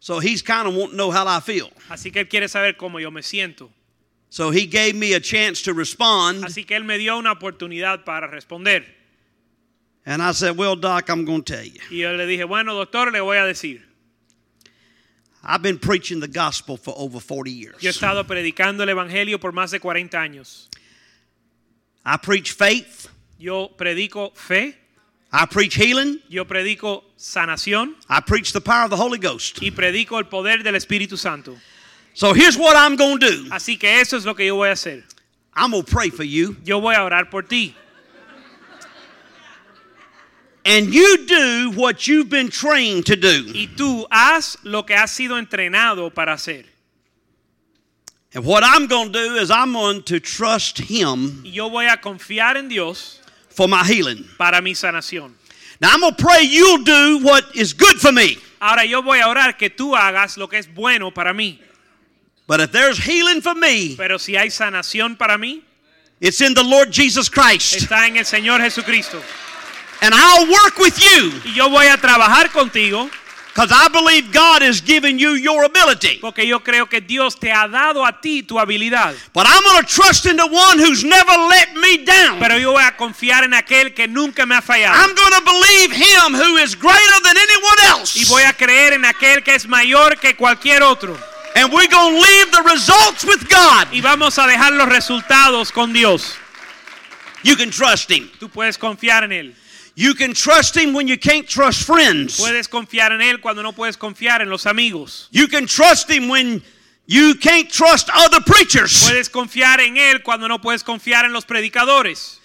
So he's kind of wanting to know how I feel.
Así que él quiere saber cómo yo me siento.
So he gave me a chance to respond.
Así que él me dio una oportunidad para responder.
And I said, Well, Doc, I'm going to tell you.
Y yo le dije, bueno, doctor, le voy a decir.
I've been preaching the gospel for over 40 years.
Yo he estado predicando el Evangelio por más de 40 años.
I preach faith.
Yo predico fe,
I preach healing.
yo predico sanación
I preach the power of the Holy Ghost.
y predico el poder del Espíritu Santo.
So here's what I'm going to do
Así que eso es lo que yo voy a hacer.
I'm going to pray for you.
Yo voy a orar por ti
And you do what you've been trained to do.
y tú haz lo que has sido entrenado para hacer.
And what I'm going to do is I'm going to trust Him
Y yo voy a confiar en Dios
for my healing.
para mi sanación.
Now I'm going to pray you'll do what is good for me.
Ahora yo voy a orar que tú hagas lo que es bueno para mí.
But if there's healing for me,
Pero si hay sanación para mí,
it's in the Lord Jesus Christ.
está en el Señor Jesucristo.
And I'll work with you
Y yo voy a trabajar contigo
because I believe God has given you your ability.
porque yo creo que Dios te ha dado a ti tu habilidad.
But I'm going to trust in the one who's never let me down.
Pero yo voy a confiar en aquel que nunca me ha fallado.
I'm going to believe him who is greater than anyone else.
Y voy a creer en aquel que es mayor que cualquier otro.
and we're going to leave the results with God.
Y vamos a dejar los resultados con Dios.
You can trust him.
Tú puedes confiar en Él.
You can trust him when you can't trust friends.
Puedes confiar en Él cuando no puedes confiar en los amigos.
You can trust him when You can't trust other preachers.
Puedes confiar en Él cuando no puedes confiar en los predicadores.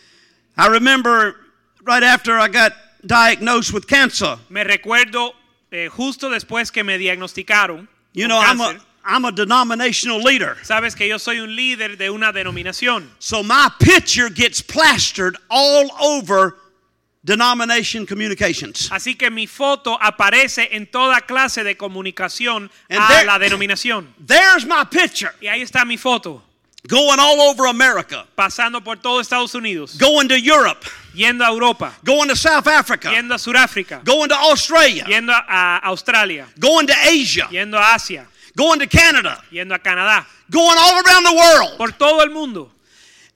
I remember right after I got diagnosed with cancer.
Me recuerdo eh, justo después que me diagnosticaron. con
You know, I'm a
cáncer.
I'm a denominational leader.
Sabes que yo soy un líder de una denominación.
So my picture gets plastered all over denomination communications.
Así que mi foto aparece en toda clase de comunicación
And
a
there-
la denominación.
There's my picture
Y ahí está mi foto,
going all over America,
pasando por todo Estados Unidos,
going to Europe,
yendo a Europa,
going to South Africa,
yendo a Sudáfrica,
going to Australia,
yendo a a Australia,
going to Asia,
yendo a Asia,
going to Canada,
yendo a Canadá,
going all around the world.
por todo el mundo.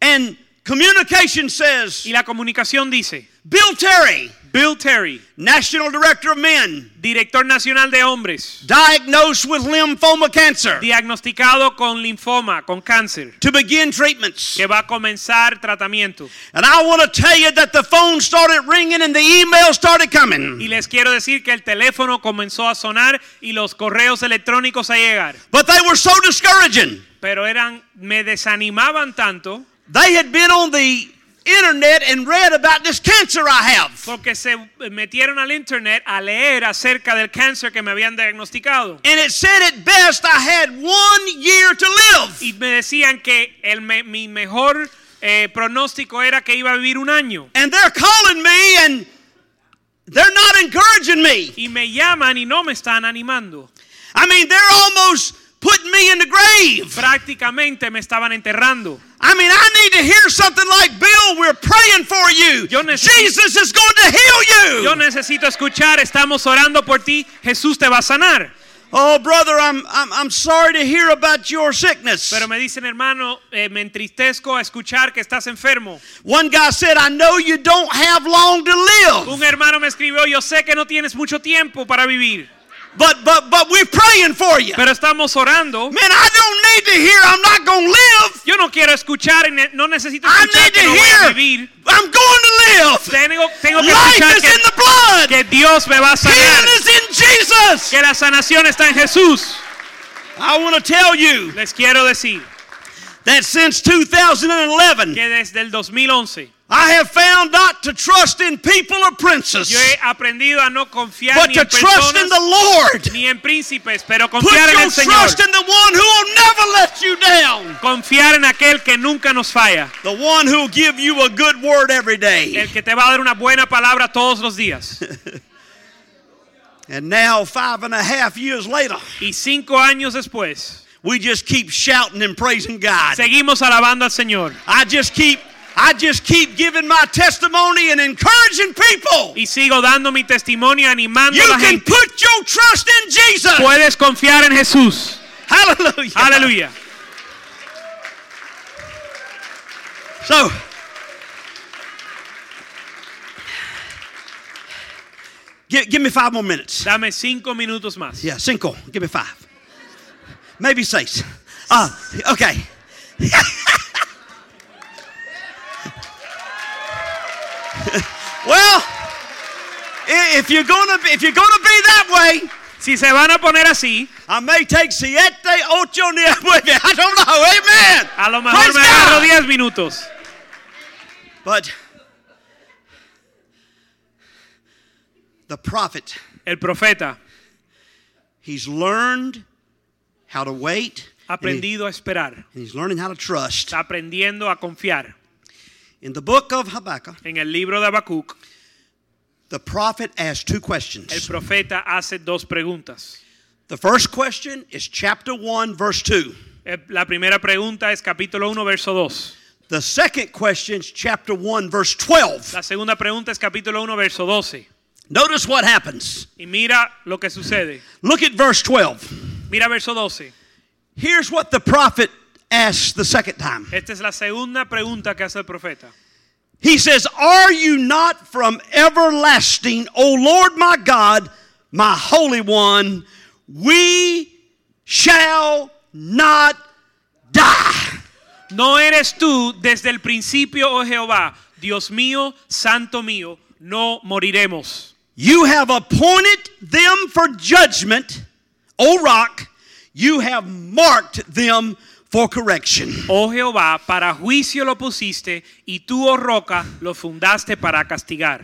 And communication says
Y la comunicación dice,
Bill Terry,
Bill Terry,
National Director of Men,
director nacional de hombres,
diagnosed with lymphoma cancer
diagnosticado con linfoma, con cáncer,
to begin treatments.
que va a comenzar tratamiento.
And I want to tell you that the phone started ringing and the email started
Y
coming.
les quiero decir que el teléfono comenzó a sonar y los correos electrónicos a llegar.
But they were so discouraging.
Pero eran, me desanimaban tanto
They had been on the internet and read about this cancer I have.
porque se metieron al internet a leer acerca del cáncer que me habían diagnosticado.
And it said at best I had one year to live.
Y me decían que el me- mi mejor eh, pronóstico era que iba a vivir un año.
And they're calling me and they're not encouraging me.
Y me llaman y no me están animando.
I mean, they're almost putting me in the grave.
Prácticamente me estaban enterrando.
I mean, I need to hear something like, Bill, we're praying for you.
Yo necesito-
Jesus is going to heal you.
Yo necesito escuchar, estamos orando por ti, Jesús te va a sanar.
oh, brother, I'm, I'm, I'm sorry to hear about your sickness.
Pero me dicen, hermano, eh, me entristezco a escuchar que estás enfermo.
One guy said, I know you don't have long to live,
Un hermano me escribió, yo sé que no tienes mucho tiempo para vivir,
but, but, but we're praying for you.
pero estamos orando.
Man, I don't need to hear I'm not going to live.
Yo no quiero escuchar, y ne- no necesito
I
escuchar
need to
que no voy a
hear
vivir.
I'm going to live.
Tengo, tengo que
Life
escuchar
is in the
que,
blood.
que Dios me va a sanar,
Healing is in Jesus.
que la sanación está en Jesús.
I want to tell you
Les quiero decir
that since 2011,
que desde el 2011
I have found not to trust in people or princes,
yo he aprendido a no confiar
but
ni
to
en
trust in the
personas
Lord.
ni en príncipes, pero
Put
confiar en
your
el Señor.
trust in the one who will never let you down,
Confiar en aquel que nunca nos falla.
the one who will give you a good word every day.
El que te va a dar una buena palabra todos los días.
And now, five and a half years later,
Y cinco años después,
we just keep shouting and praising God.
seguimos alabando al Señor.
I just keep, I just keep giving my testimony and encouraging people.
Y sigo dando mi testimonio, animando
You
a la
can
gente.
put your trust in Jesus.
Puedes confiar en Jesús.
Hallelujah.
Aleluya.
So, give, give me five more minutes.
Dame cinco minutos más.
Yeah, cinco. Give me five. Maybe six. Uh, okay. well, i- if you're gonna be, if you're gonna be that way,
Si se van a poner así,
I may take siete, ocho, nueve. I don't know. Amen.
a lo mejor
Praise
me agarro
God.
diez minutos.
But the prophet,
El profeta
he's learned how to wait,
ha
and, he-
aprendido a esperar.
and he's learning how to trust.
Está aprendiendo a confiar.
In the book of Habakkuk,
En el libro de Habacuc,
the prophet asks two
el
questions.
profeta hace dos preguntas.
The first question is chapter 1, verse 2.
Eh, La primera pregunta es capítulo 1, verso 2.
The second question is chapter 1, verse 12.
La segunda pregunta es capítulo 1, verso 12.
Notice what happens.
Y mira lo que sucede.
Look at verse 12.
Mira verso 12.
Here's what the prophet asks the second time.
Esta es la segunda pregunta que hace el profeta.
He says, Are you not from everlasting, O Lord my God, my Holy One? We shall not die.
No eres tú desde el principio, oh Jehová, Dios mío, santo mío, no moriremos.
You have appointed them for judgment, O rock. you have marked them for correction.
Oh Jehová, para juicio lo pusiste y tú, oh roca, lo fundaste para castigar.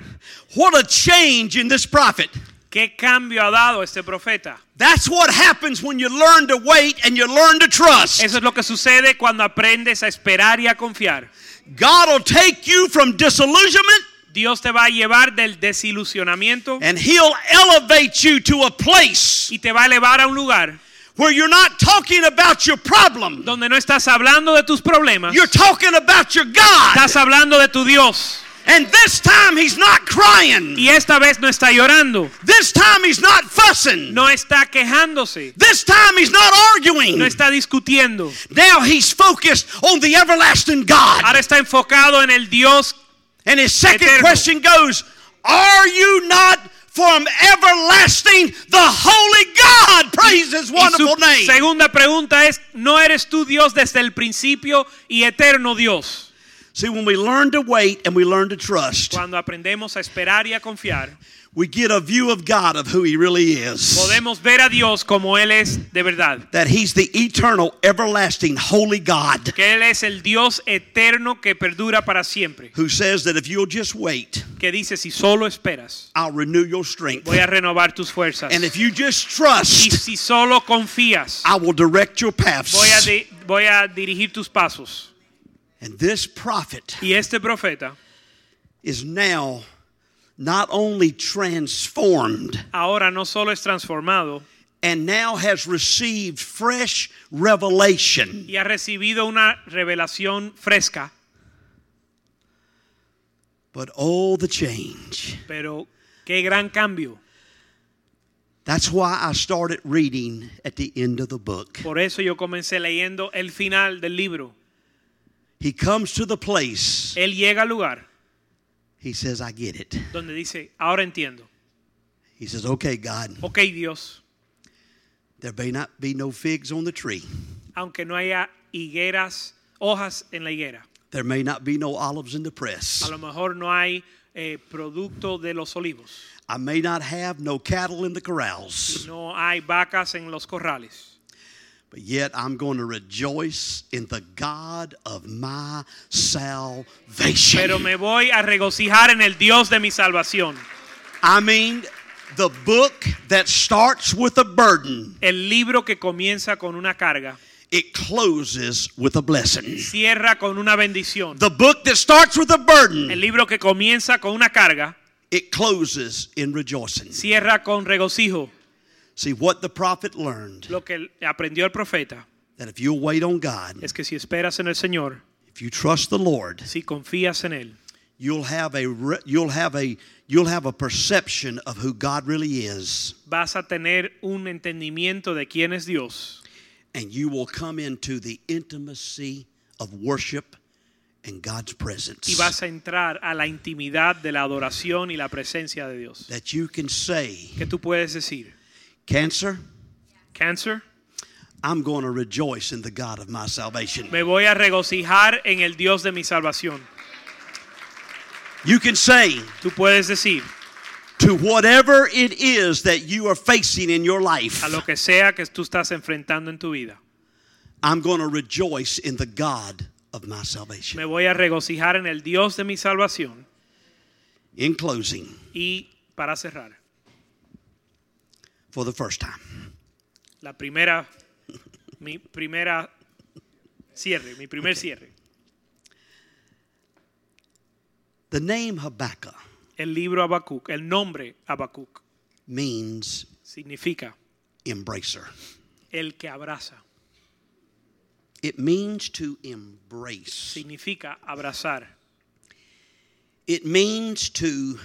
What a change in this prophet.
¿Qué cambio ha dado este profeta?
That's what happens when you learn to wait and you learn to trust.
Eso es lo que sucede cuando aprendes a esperar y a confiar.
God will take you from disillusionment
Dios te va a llevar del desilusionamiento
and He'll elevate you to a place
y te va a elevar a un lugar
where you're not talking about your problem.
donde no estás hablando de tus problemas,
You're talking about your God.
estás hablando de tu Dios.
And this time He's not crying.
Y esta vez no está llorando,
This time He's not fussing.
no está quejándose,
This time He's not arguing.
no está discutiendo.
Now He's focused on the everlasting God.
Ahora está enfocado en el Dios.
And His second
Eterno.
question goes Are you not from everlasting the Holy God? Praise
Y
His
su
wonderful name.
segunda pregunta es, ¿no eres tú Dios desde el principio y eterno Dios?
See, when we learn to wait and we learn to trust,
Cuando aprendemos a esperar y a confiar,
we get a view of God of who He really is.
podemos ver a Dios como Él es de verdad.
That He's the eternal, everlasting, holy God
que Él es el Dios eterno que perdura para siempre,
who says that if you'll just wait,
que dice, si solo esperas,
I'll renew your strength.
voy a renovar tus fuerzas.
And if you just
Y
trust,
si solo confías,
I will direct your
voy a,
paths.
di- voy a dirigir tus pasos.
And this prophet
Y este profeta
is now not only transformed
ahora no solo es transformado
and now has received fresh revelation.
y ha recibido una revelación fresca,
But oh, the change.
pero qué gran cambio.
That's why I started reading at the end of the book.
Por eso yo comencé leyendo el final del libro.
He comes to the place,
Él llega al lugar
he says, I get it.
donde dice, ahora entiendo.
He says, Okay, God,
Ok, Dios,
there may not be no figs on the tree,
aunque no haya higueras, hojas en la higuera.
there may not be no olives in the
A
press,
lo mejor no hay eh, producto de los olivos.
I may not have no cattle in the corrals,
No hay vacas en los corrales.
but yet I'm going to rejoice in the God of my
Pero
salvation.
me voy a regocijar en el Dios de mi salvación.
I mean, the book that starts with a burden,
El libro que comienza con una carga
it closes with a blessing.
cierra con una bendición.
The book that starts with a
El
burden,
libro que comienza con una carga
it closes in rejoicing.
cierra con regocijo.
See what the prophet learned.
Lo que aprendió el profeta
that if you'll wait on God,
es que si esperas en el Señor,
if you trust the Lord,
si confías en Él,
you'll have a re- you'll have a you'll have a perception of who God really is,
vas a tener un entendimiento de quién es Dios
and you will come into the intimacy of worship and God's
y
presence.
vas a entrar a la intimidad de la adoración y la presencia de Dios.
That you can say,
que tú puedes decir,
Cancer,
Cancer,
I'm going to rejoice in the God of my salvation.
me voy a regocijar en el Dios de mi salvación.
You can say
Tú puedes decir
to whatever it is that you are facing in your life,
a lo que sea que tú estás enfrentando en tu vida,
I'm going to rejoice in the God of my salvation.
me voy a regocijar en el Dios de mi salvación.
In closing,
Y para cerrar,
for the first time.
la primera, mi primera cierre, mi primer cierre,
The name Habakkuk
el libro Habacuc, el nombre Habacuc
means
significa
embracer.
el que abraza,
It means to embrace.
significa abrazar,
It means to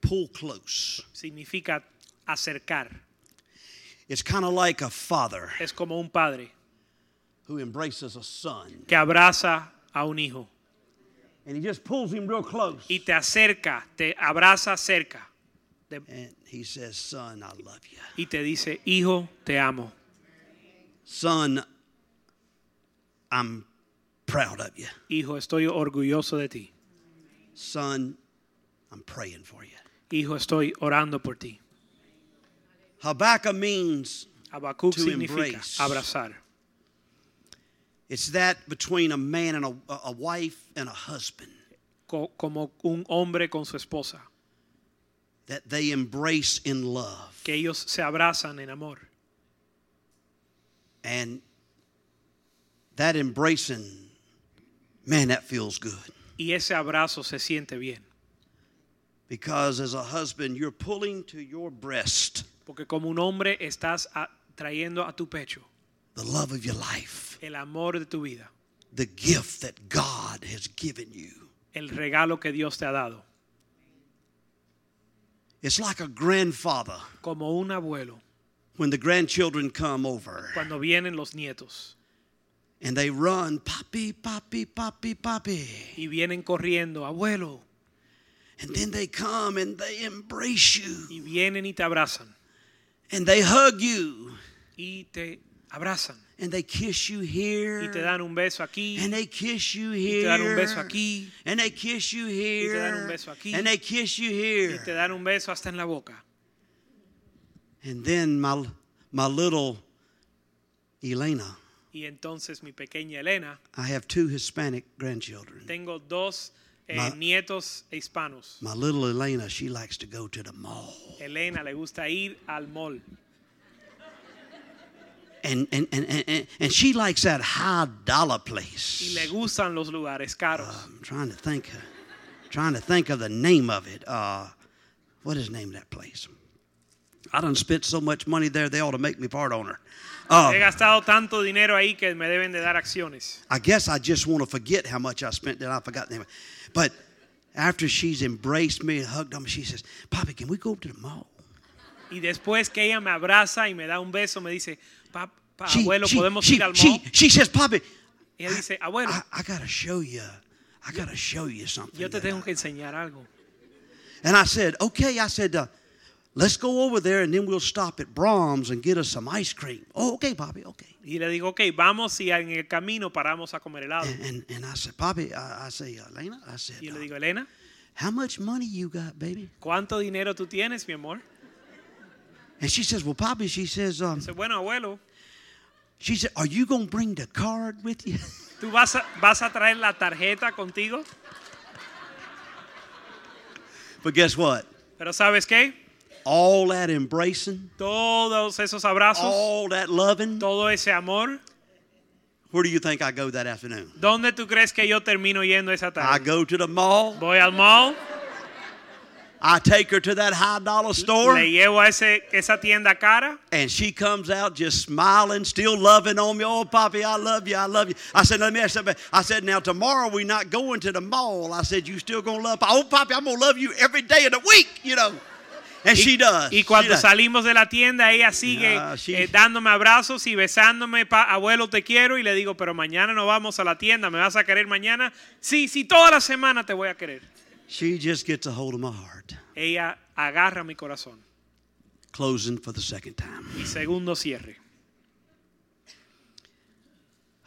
pull close.
significa acercar,
It's kind of like a father
es como un padre
who embraces a son
que abraza a un hijo.
and he just pulls him real close.
y te acerca, te abraza cerca de-
And he says, Son, I love you.
y te dice, hijo, te amo.
Son, I'm proud of you.
Hijo, estoy orgulloso de ti.
Son, I'm praying for you.
Hijo, estoy orando por ti.
Habakkuk means
Habacuc
To
significa
embrace.
abrazar.
It's that between a man and a, a wife and a husband
co- como un hombre con su esposa,
that they embrace in love.
que ellos se abrazan en amor.
And that embracing, man, that feels good.
Y ese abrazo se siente bien.
Because as a husband, you're pulling to your breast
Porque como un hombre estás a- trayendo a tu pecho
the love of your life,
el amor de tu vida,
the gift that God has given you.
el regalo que Dios te ha dado.
It's like a grandfather
Como un abuelo,
when the grandchildren come over
cuando vienen los nietos
and they run, Poppy, Poppy, Poppy, Poppy.
y vienen corriendo, abuelo,
And then they come and they embrace you
y vienen y te abrazan,
and they hug you
y te abrazan,
and they kiss you here.
y te dan un beso aquí,
And they kiss you
y te
here.
dan un beso aquí,
And they kiss you
te
here.
dan un beso aquí.
And they kiss you
y
here.
te dan un beso hasta en la boca.
And then my my little Elena.
Y entonces mi pequeña Elena
I have two Hispanic grandchildren.
Tengo dos eh,
Ma-
nietos hispanos.
My little Elena, she likes to go to the mall.
Elena le gusta ir al mall
And and and and, and, and she likes that high dollar
y
place.
le gustan los lugares caros.
I'm trying to think trying to think of the name of it. Uh what is the name of that place? I done spent so much money there they ought to make me part owner. Uh,
He gastado tanto dinero ahí que me deben de dar acciones.
I guess I just want to forget how much I spent that I forgot the name. of it. But after she's embraced me and hugged on me, she says, Poppy, can we go to the mall?
Y después que ella me abraza y me da un beso, me dice, "Pa- pa,
She,
abuelo,
she,
Ah, ¿podemos
she,
ir al mall?
she, she says, Poppy,
ella dice, abuelo,
I, I got to show you. I got to show you something.
yo te
that
tengo
I-"
que enseñar algo.
And I said, okay. I said, uh, let's go over there and then we'll stop at Brahms and get us some ice cream. Oh, okay, Poppy, okay.
Y le digo, ok, vamos y en el camino paramos a comer helado.
And, and, and I said, Poppy, I, I say, Elena, I said,
Y Ah. yo le
uh,
digo, Elena,
how much money you got, baby?
¿cuánto dinero tú tienes, mi amor?
And she says, well, Poppy, she says, um,
Dice, bueno, abuelo,
She said, Are you going to bring the card with you?
¿tú vas a- vas a traer la tarjeta contigo?
but guess what?
Pero ¿sabes qué?
All that embracing,
todos esos abrazos,
all that loving,
todo ese amor,
where do you think I go that afternoon?
¿dónde tú crees que yo termino yendo esa
I
tarde?
go to the mall.
Voy al mall,
I take her to that high dollar store.
le llevo a ese, esa tienda cara
And she comes out just smiling, still loving on me. Oh, Poppy, I love you. I love you. I said, let me ask you something. I said, now tomorrow we're not going to the mall. I said, you still going to love? Oh, Poppy, I'm going to love you every day of the week, you know. And she does.
y
She
cuando
does.
salimos de la tienda ella sigue
Ah, sí.
eh, dándome abrazos y besándome, "Pa- abuelo te quiero y le digo, pero mañana no vamos a la tienda, ¿me vas a querer mañana? Sí, sí, toda la semana te voy a querer.
she just gets a hold of my heart.
Ella agarra mi corazón
Closing for the second time.
y segundo cierre.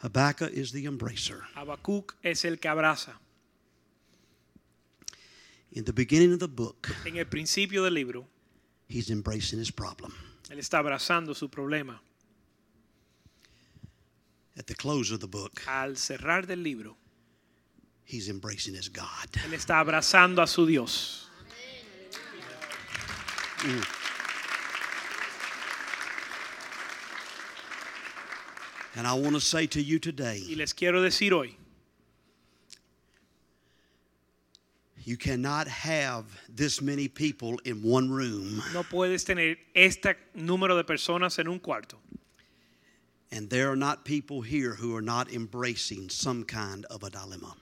Habakkuk is the embracer.
Habacuc es el que abraza.
In the beginning of the book,
En el principio del libro,
he's embracing his problem.
él está abrazando su problema.
At the close of the book,
al cerrar del libro,
he's embracing his God.
él está abrazando a su Dios.
And I want to say to you
Y
today
les quiero decir hoy,
you cannot have this many people in one room
no puedes tener este número de personas en un cuarto.
and there are not people here who are not embracing some kind of a dilemma.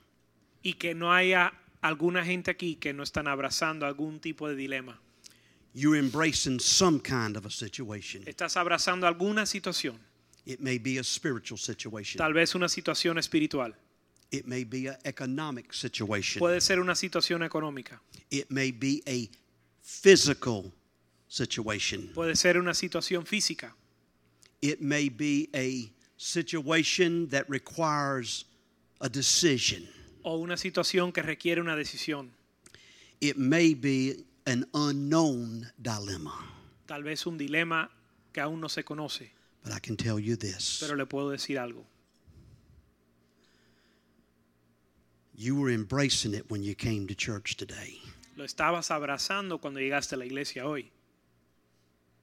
Y que no haya alguna gente aquí que no están abrazando algún tipo de dilema.
You're embracing some kind of a situation.
Estás abrazando alguna situación,
It may be a spiritual situation.
tal vez una situación espiritual,
It may be an economic situation.
puede ser una situación económica,
It may be a physical situation.
puede ser una situación física,
It may be a situation that requires a decision.
o una situación que requiere una decisión,
It may be an unknown dilemma.
tal vez un dilema que aún no se conoce.
But I can tell you this
Pero le puedo decir algo.
you were embracing it when you came to church today,
Lo estabas abrazando cuando llegaste a la iglesia hoy.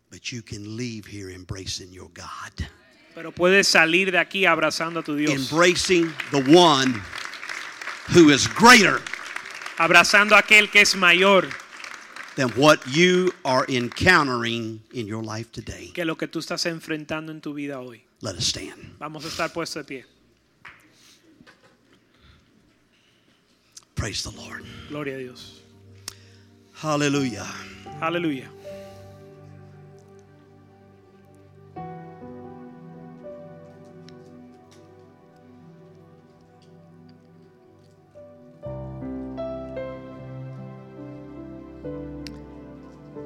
but you can leave here embracing your God,
Pero puedes salir de aquí abrazando a tu Dios.
embracing the one who is greater
Abrazando a aquel que es mayor
than what you are encountering in your life today.
que lo que tú estás enfrentando en tu vida hoy.
Let us stand.
Vamos a estar puestos de pie.
Praise the Lord.
Gloria a Dios.
Hallelujah.
Aleluya.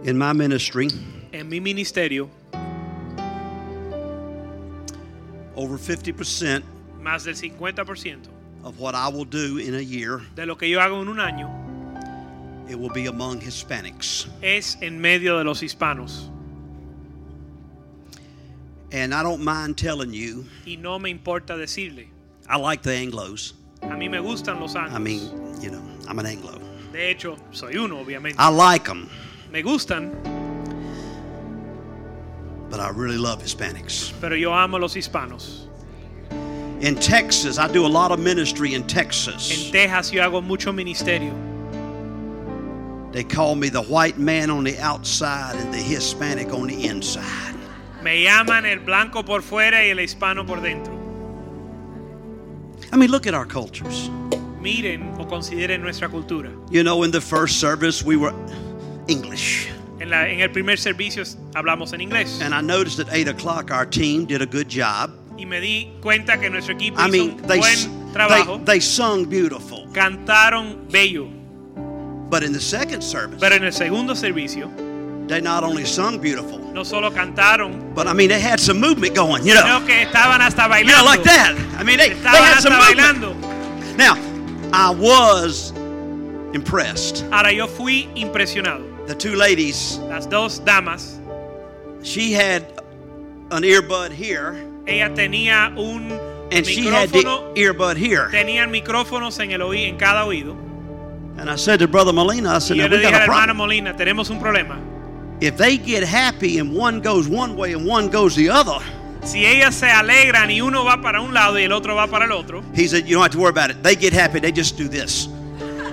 In my ministry,
En mi ministerio,
over 50%
más del 50%
of what I will do in a year,
de lo que yo hago en un año
it will be among Hispanics.
es en medio de los hispanos.
And I don't mind telling you,
Y no me importa decirle,
I like the Anglos.
a mí me gustan los anglos.
I mean, you know, I'm an Anglo.
de hecho, soy uno, obviamente.
I like them,
Me gustan,
but I really love Hispanics.
pero yo amo a los hispanos.
In Texas, I do a lot of ministry in
En
Texas.
Texas yo hago mucho ministerio.
They call me the white man on the outside and the Hispanic on the inside.
Me llaman el blanco por fuera y el hispano por dentro.
I mean, look at our cultures.
Miren o consideren nuestra cultura.
You know, in the first service, we were English.
En, la- en el primer servicio es- hablamos en inglés.
And I noticed at 8 o'clock our team did a good job.
Y me di cuenta que nuestro equipo
I
hizo
mean,
un
they, s-
buen
they,
trabajo.
they sung beautiful.
Cantaron bello.
But in the second service,
Pero en el segundo servicio,
they not only sung beautiful,
no solo cantaron,
but I mean, they had some movement going, you know.
sino que estaban hasta
You
bailando.
know, like that. I mean, they, they
Estaban
had some
hasta
movement.
bailando.
Now, I was impressed.
Ahora yo fui impresionado.
The two ladies,
Las dos damas,
she had an earbud here,
ella tenía un
and she had the
micrófono,
earbud here.
tenían micrófonos en el oí- en cada oído.
And I said to Brother Molina, I said,
Y
now,
yo
we
le dije
got
al
a
hermano
problem.
Molina, tenemos un problema.
If they get happy and one goes one way and one goes the other,
Si ellas se alegran y uno va para un lado y el otro va para el otro,
he said, you don't have to worry about it. They get happy, they just do this.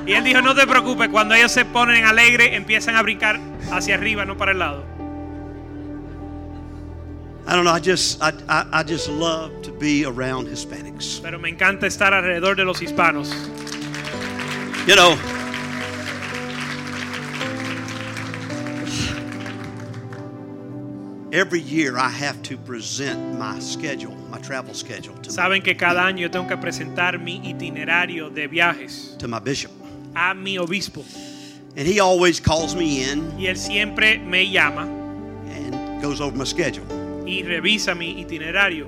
Y él dijo, no te preocupes, cuando ellos se ponen alegre, empiezan a brincar hacia arriba, no para el lado.
I don't know. I just, I, I, I just love to be around Hispanics.
Pero me encanta estar alrededor de los hispanos.
You know, every year I have to present my schedule, my travel schedule to,
Saben que cada año yo tengo que presentar mi itinerario de viajes
to my bishop.
a mi obispo.
And he always calls me in
Y él siempre me llama
and goes over my schedule.
y revisa mi itinerario.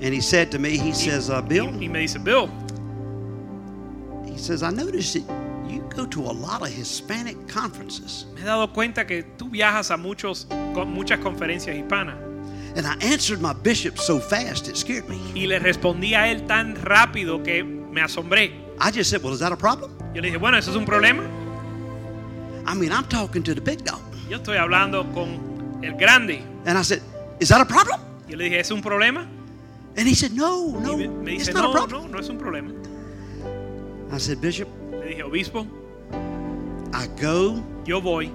And he said to me, he says, uh, Bill,
Y, y me dice, Bill,
he says, I noticed that you go to a lot of Hispanic conferences.
me he dado cuenta que tú viajas a muchos, con muchas conferencias hispanas.
And I answered my bishop so fast it scared me.
Y le respondí a él tan rápido que me asombré.
I just said, Well, is that a problem?
Yo le dije, bueno, ¿eso es un problema?
I mean, I'm talking to the big dog.
Yo estoy hablando con el grande.
And I said, Is that a problem?
Yo le dije, ¿es un problema?
And he said, No,
Y
no,
me, me
it's
dice,
not a
no,
problem.
no, no es un problema.
I said, Bishop,
Le dije, obispo,
I go
yo voy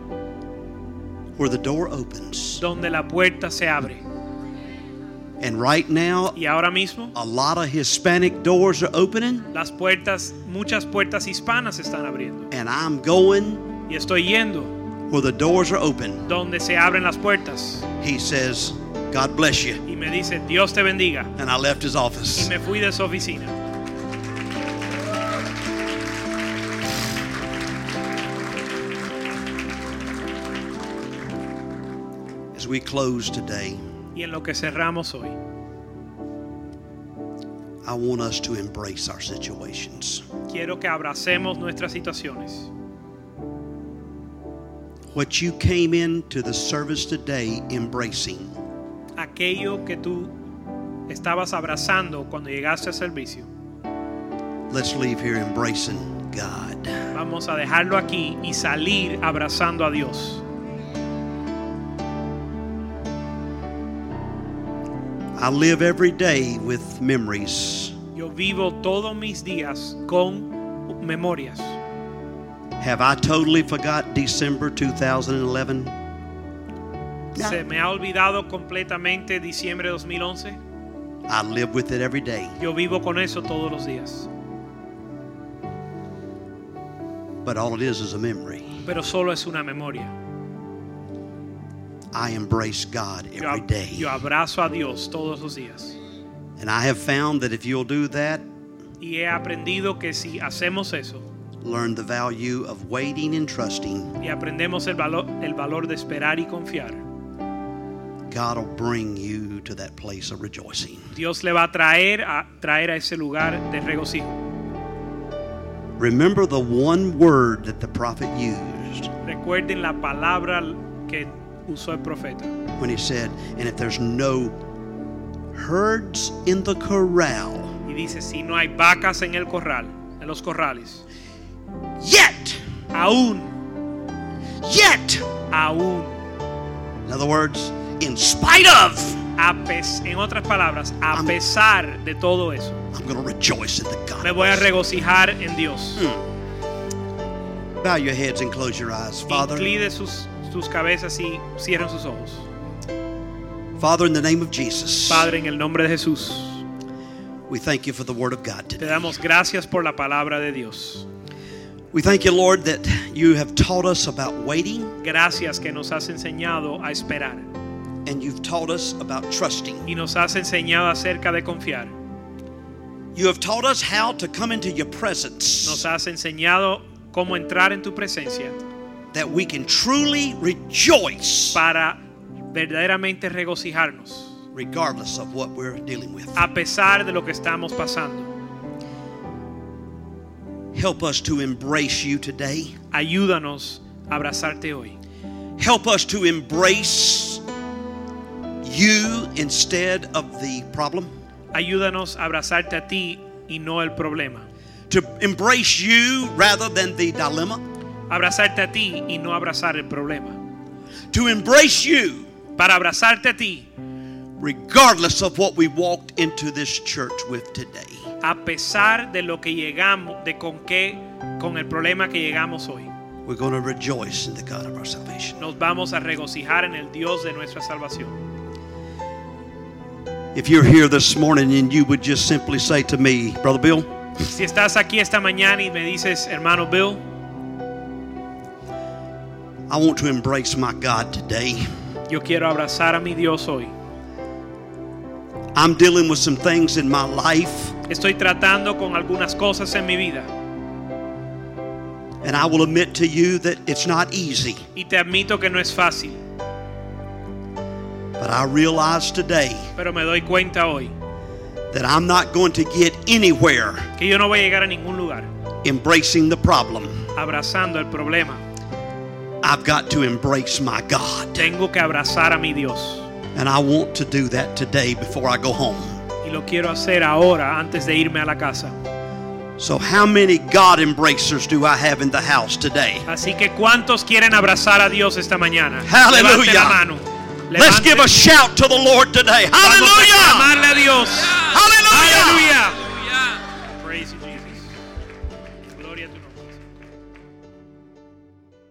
where the door opens.
donde la puerta se abre.
And right now,
Y ahora mismo,
a lot of Hispanic doors are opening,
las puertas, muchas puertas hispanas se están abriendo.
and I'm going
Y estoy yendo
where the doors are open.
donde se abren las puertas.
He says, God bless you.
Y me dice, Dios te bendiga.
And I left his
Y
office.
me fui de su oficina.
As we close today,
Y en lo que cerramos hoy,
I want us to embrace our situations.
quiero que abracemos nuestras situaciones.
What you came into the service today embracing
aquello que tú estabas abrazando cuando llegaste al servicio.
Let's leave here embracing God.
Vamos a dejarlo aquí y salir abrazando a Dios.
I live every day with memories.
Yo vivo todos mis días con memorias.
Have I totally forgot December 2011?
Se me ha olvidado completamente diciembre de 2011.
I live with it every day.
Yo vivo con eso todos los días.
But all it is is a memory.
Pero solo es una memoria.
I embrace God
Yo,
every
ab-
day.
yo abrazo a Dios todos los días.
And I have found that if you'll do that,
Y he aprendido que si hacemos eso
learn the value of waiting and trusting,
y aprendemos el valor, el valor de esperar y confiar,
God will bring you to that place of rejoicing.
Dios le va a traer a, traer a ese lugar de regocijo.
Remember the one word that the prophet used
Recuerden la palabra que usó el profeta.
when he said, And if there's no herds in the corral,
Y dice, si no hay vacas en el corral, en los corrales,
yet,
aún,
yet,
aún,
in other words, in spite of,
a pes- en otras palabras, a
Am-
pesar de todo eso,
I'm going to rejoice in the God.
me voy a regocijar en Dios.
Bow your heads and close your eyes, Father.
Incline sus, sus cabezas y cierren sus ojos.
Father, in the name of Jesus,
Padre, en el nombre de Jesús,
we thank you for the word of God
te
today.
damos gracias por la palabra de Dios.
We thank you, Lord, that you have taught us about waiting
Gracias que nos has enseñado a esperar
and you've taught us about trusting.
y nos has enseñado acerca de confiar.
You have taught us how to come into your
Nos
presence,
has enseñado cómo entrar en tu presencia
that we can truly rejoice
para verdaderamente regocijarnos.
regardless of what we're dealing with.
a pesar de lo que estamos pasando.
Help us to embrace you today.
Ayúdanos a abrazarte hoy.
Help us to embrace you instead of the problem,
Ayúdanos a abrazarte a ti y no el problema.
to embrace you rather than the dilemma,
Abrazarte a ti y no abrazar el problema.
to embrace you
Para abrazarte a ti,
regardless of what we walked into this church with today.
a pesar de lo que llegamos, de con qué, con el problema que llegamos hoy.
We're going to rejoice in the God of our salvation.
Nos vamos a regocijar en el Dios de nuestra salvación.
If you're here this morning and you would just simply say to me, Brother Bill,
Si estás aquí esta mañana y me dices, hermano Bill,
I want to embrace my God today.
yo quiero abrazar a mi Dios hoy.
I'm dealing with some things in my life,
Estoy tratando con algunas cosas en mi vida
and I will admit to you that it's not easy.
y te admito que no es fácil.
But I realize today
Pero me doy cuenta hoy
that I'm not going to get anywhere
que yo no voy a llegar a ningún lugar
embracing the problem.
abrazando el problema.
I've got to embrace my God.
Tengo que abrazar a mi Dios.
And I want to do that today before I go home.
Y lo quiero hacer ahora antes de irme a la casa.
So, how many God embracers do I have in the house today?
Así que ¿cuántos quieren abrazar a Dios esta mañana?
Hallelujah.
Levante la mano.
Let's
Levante-
give a shout to the Lord today.
Vamos a
Hallelujah!
clamarle a Dios.
Hallelujah!
Praise you, Jesus. Gloria a tu nombre. Señor.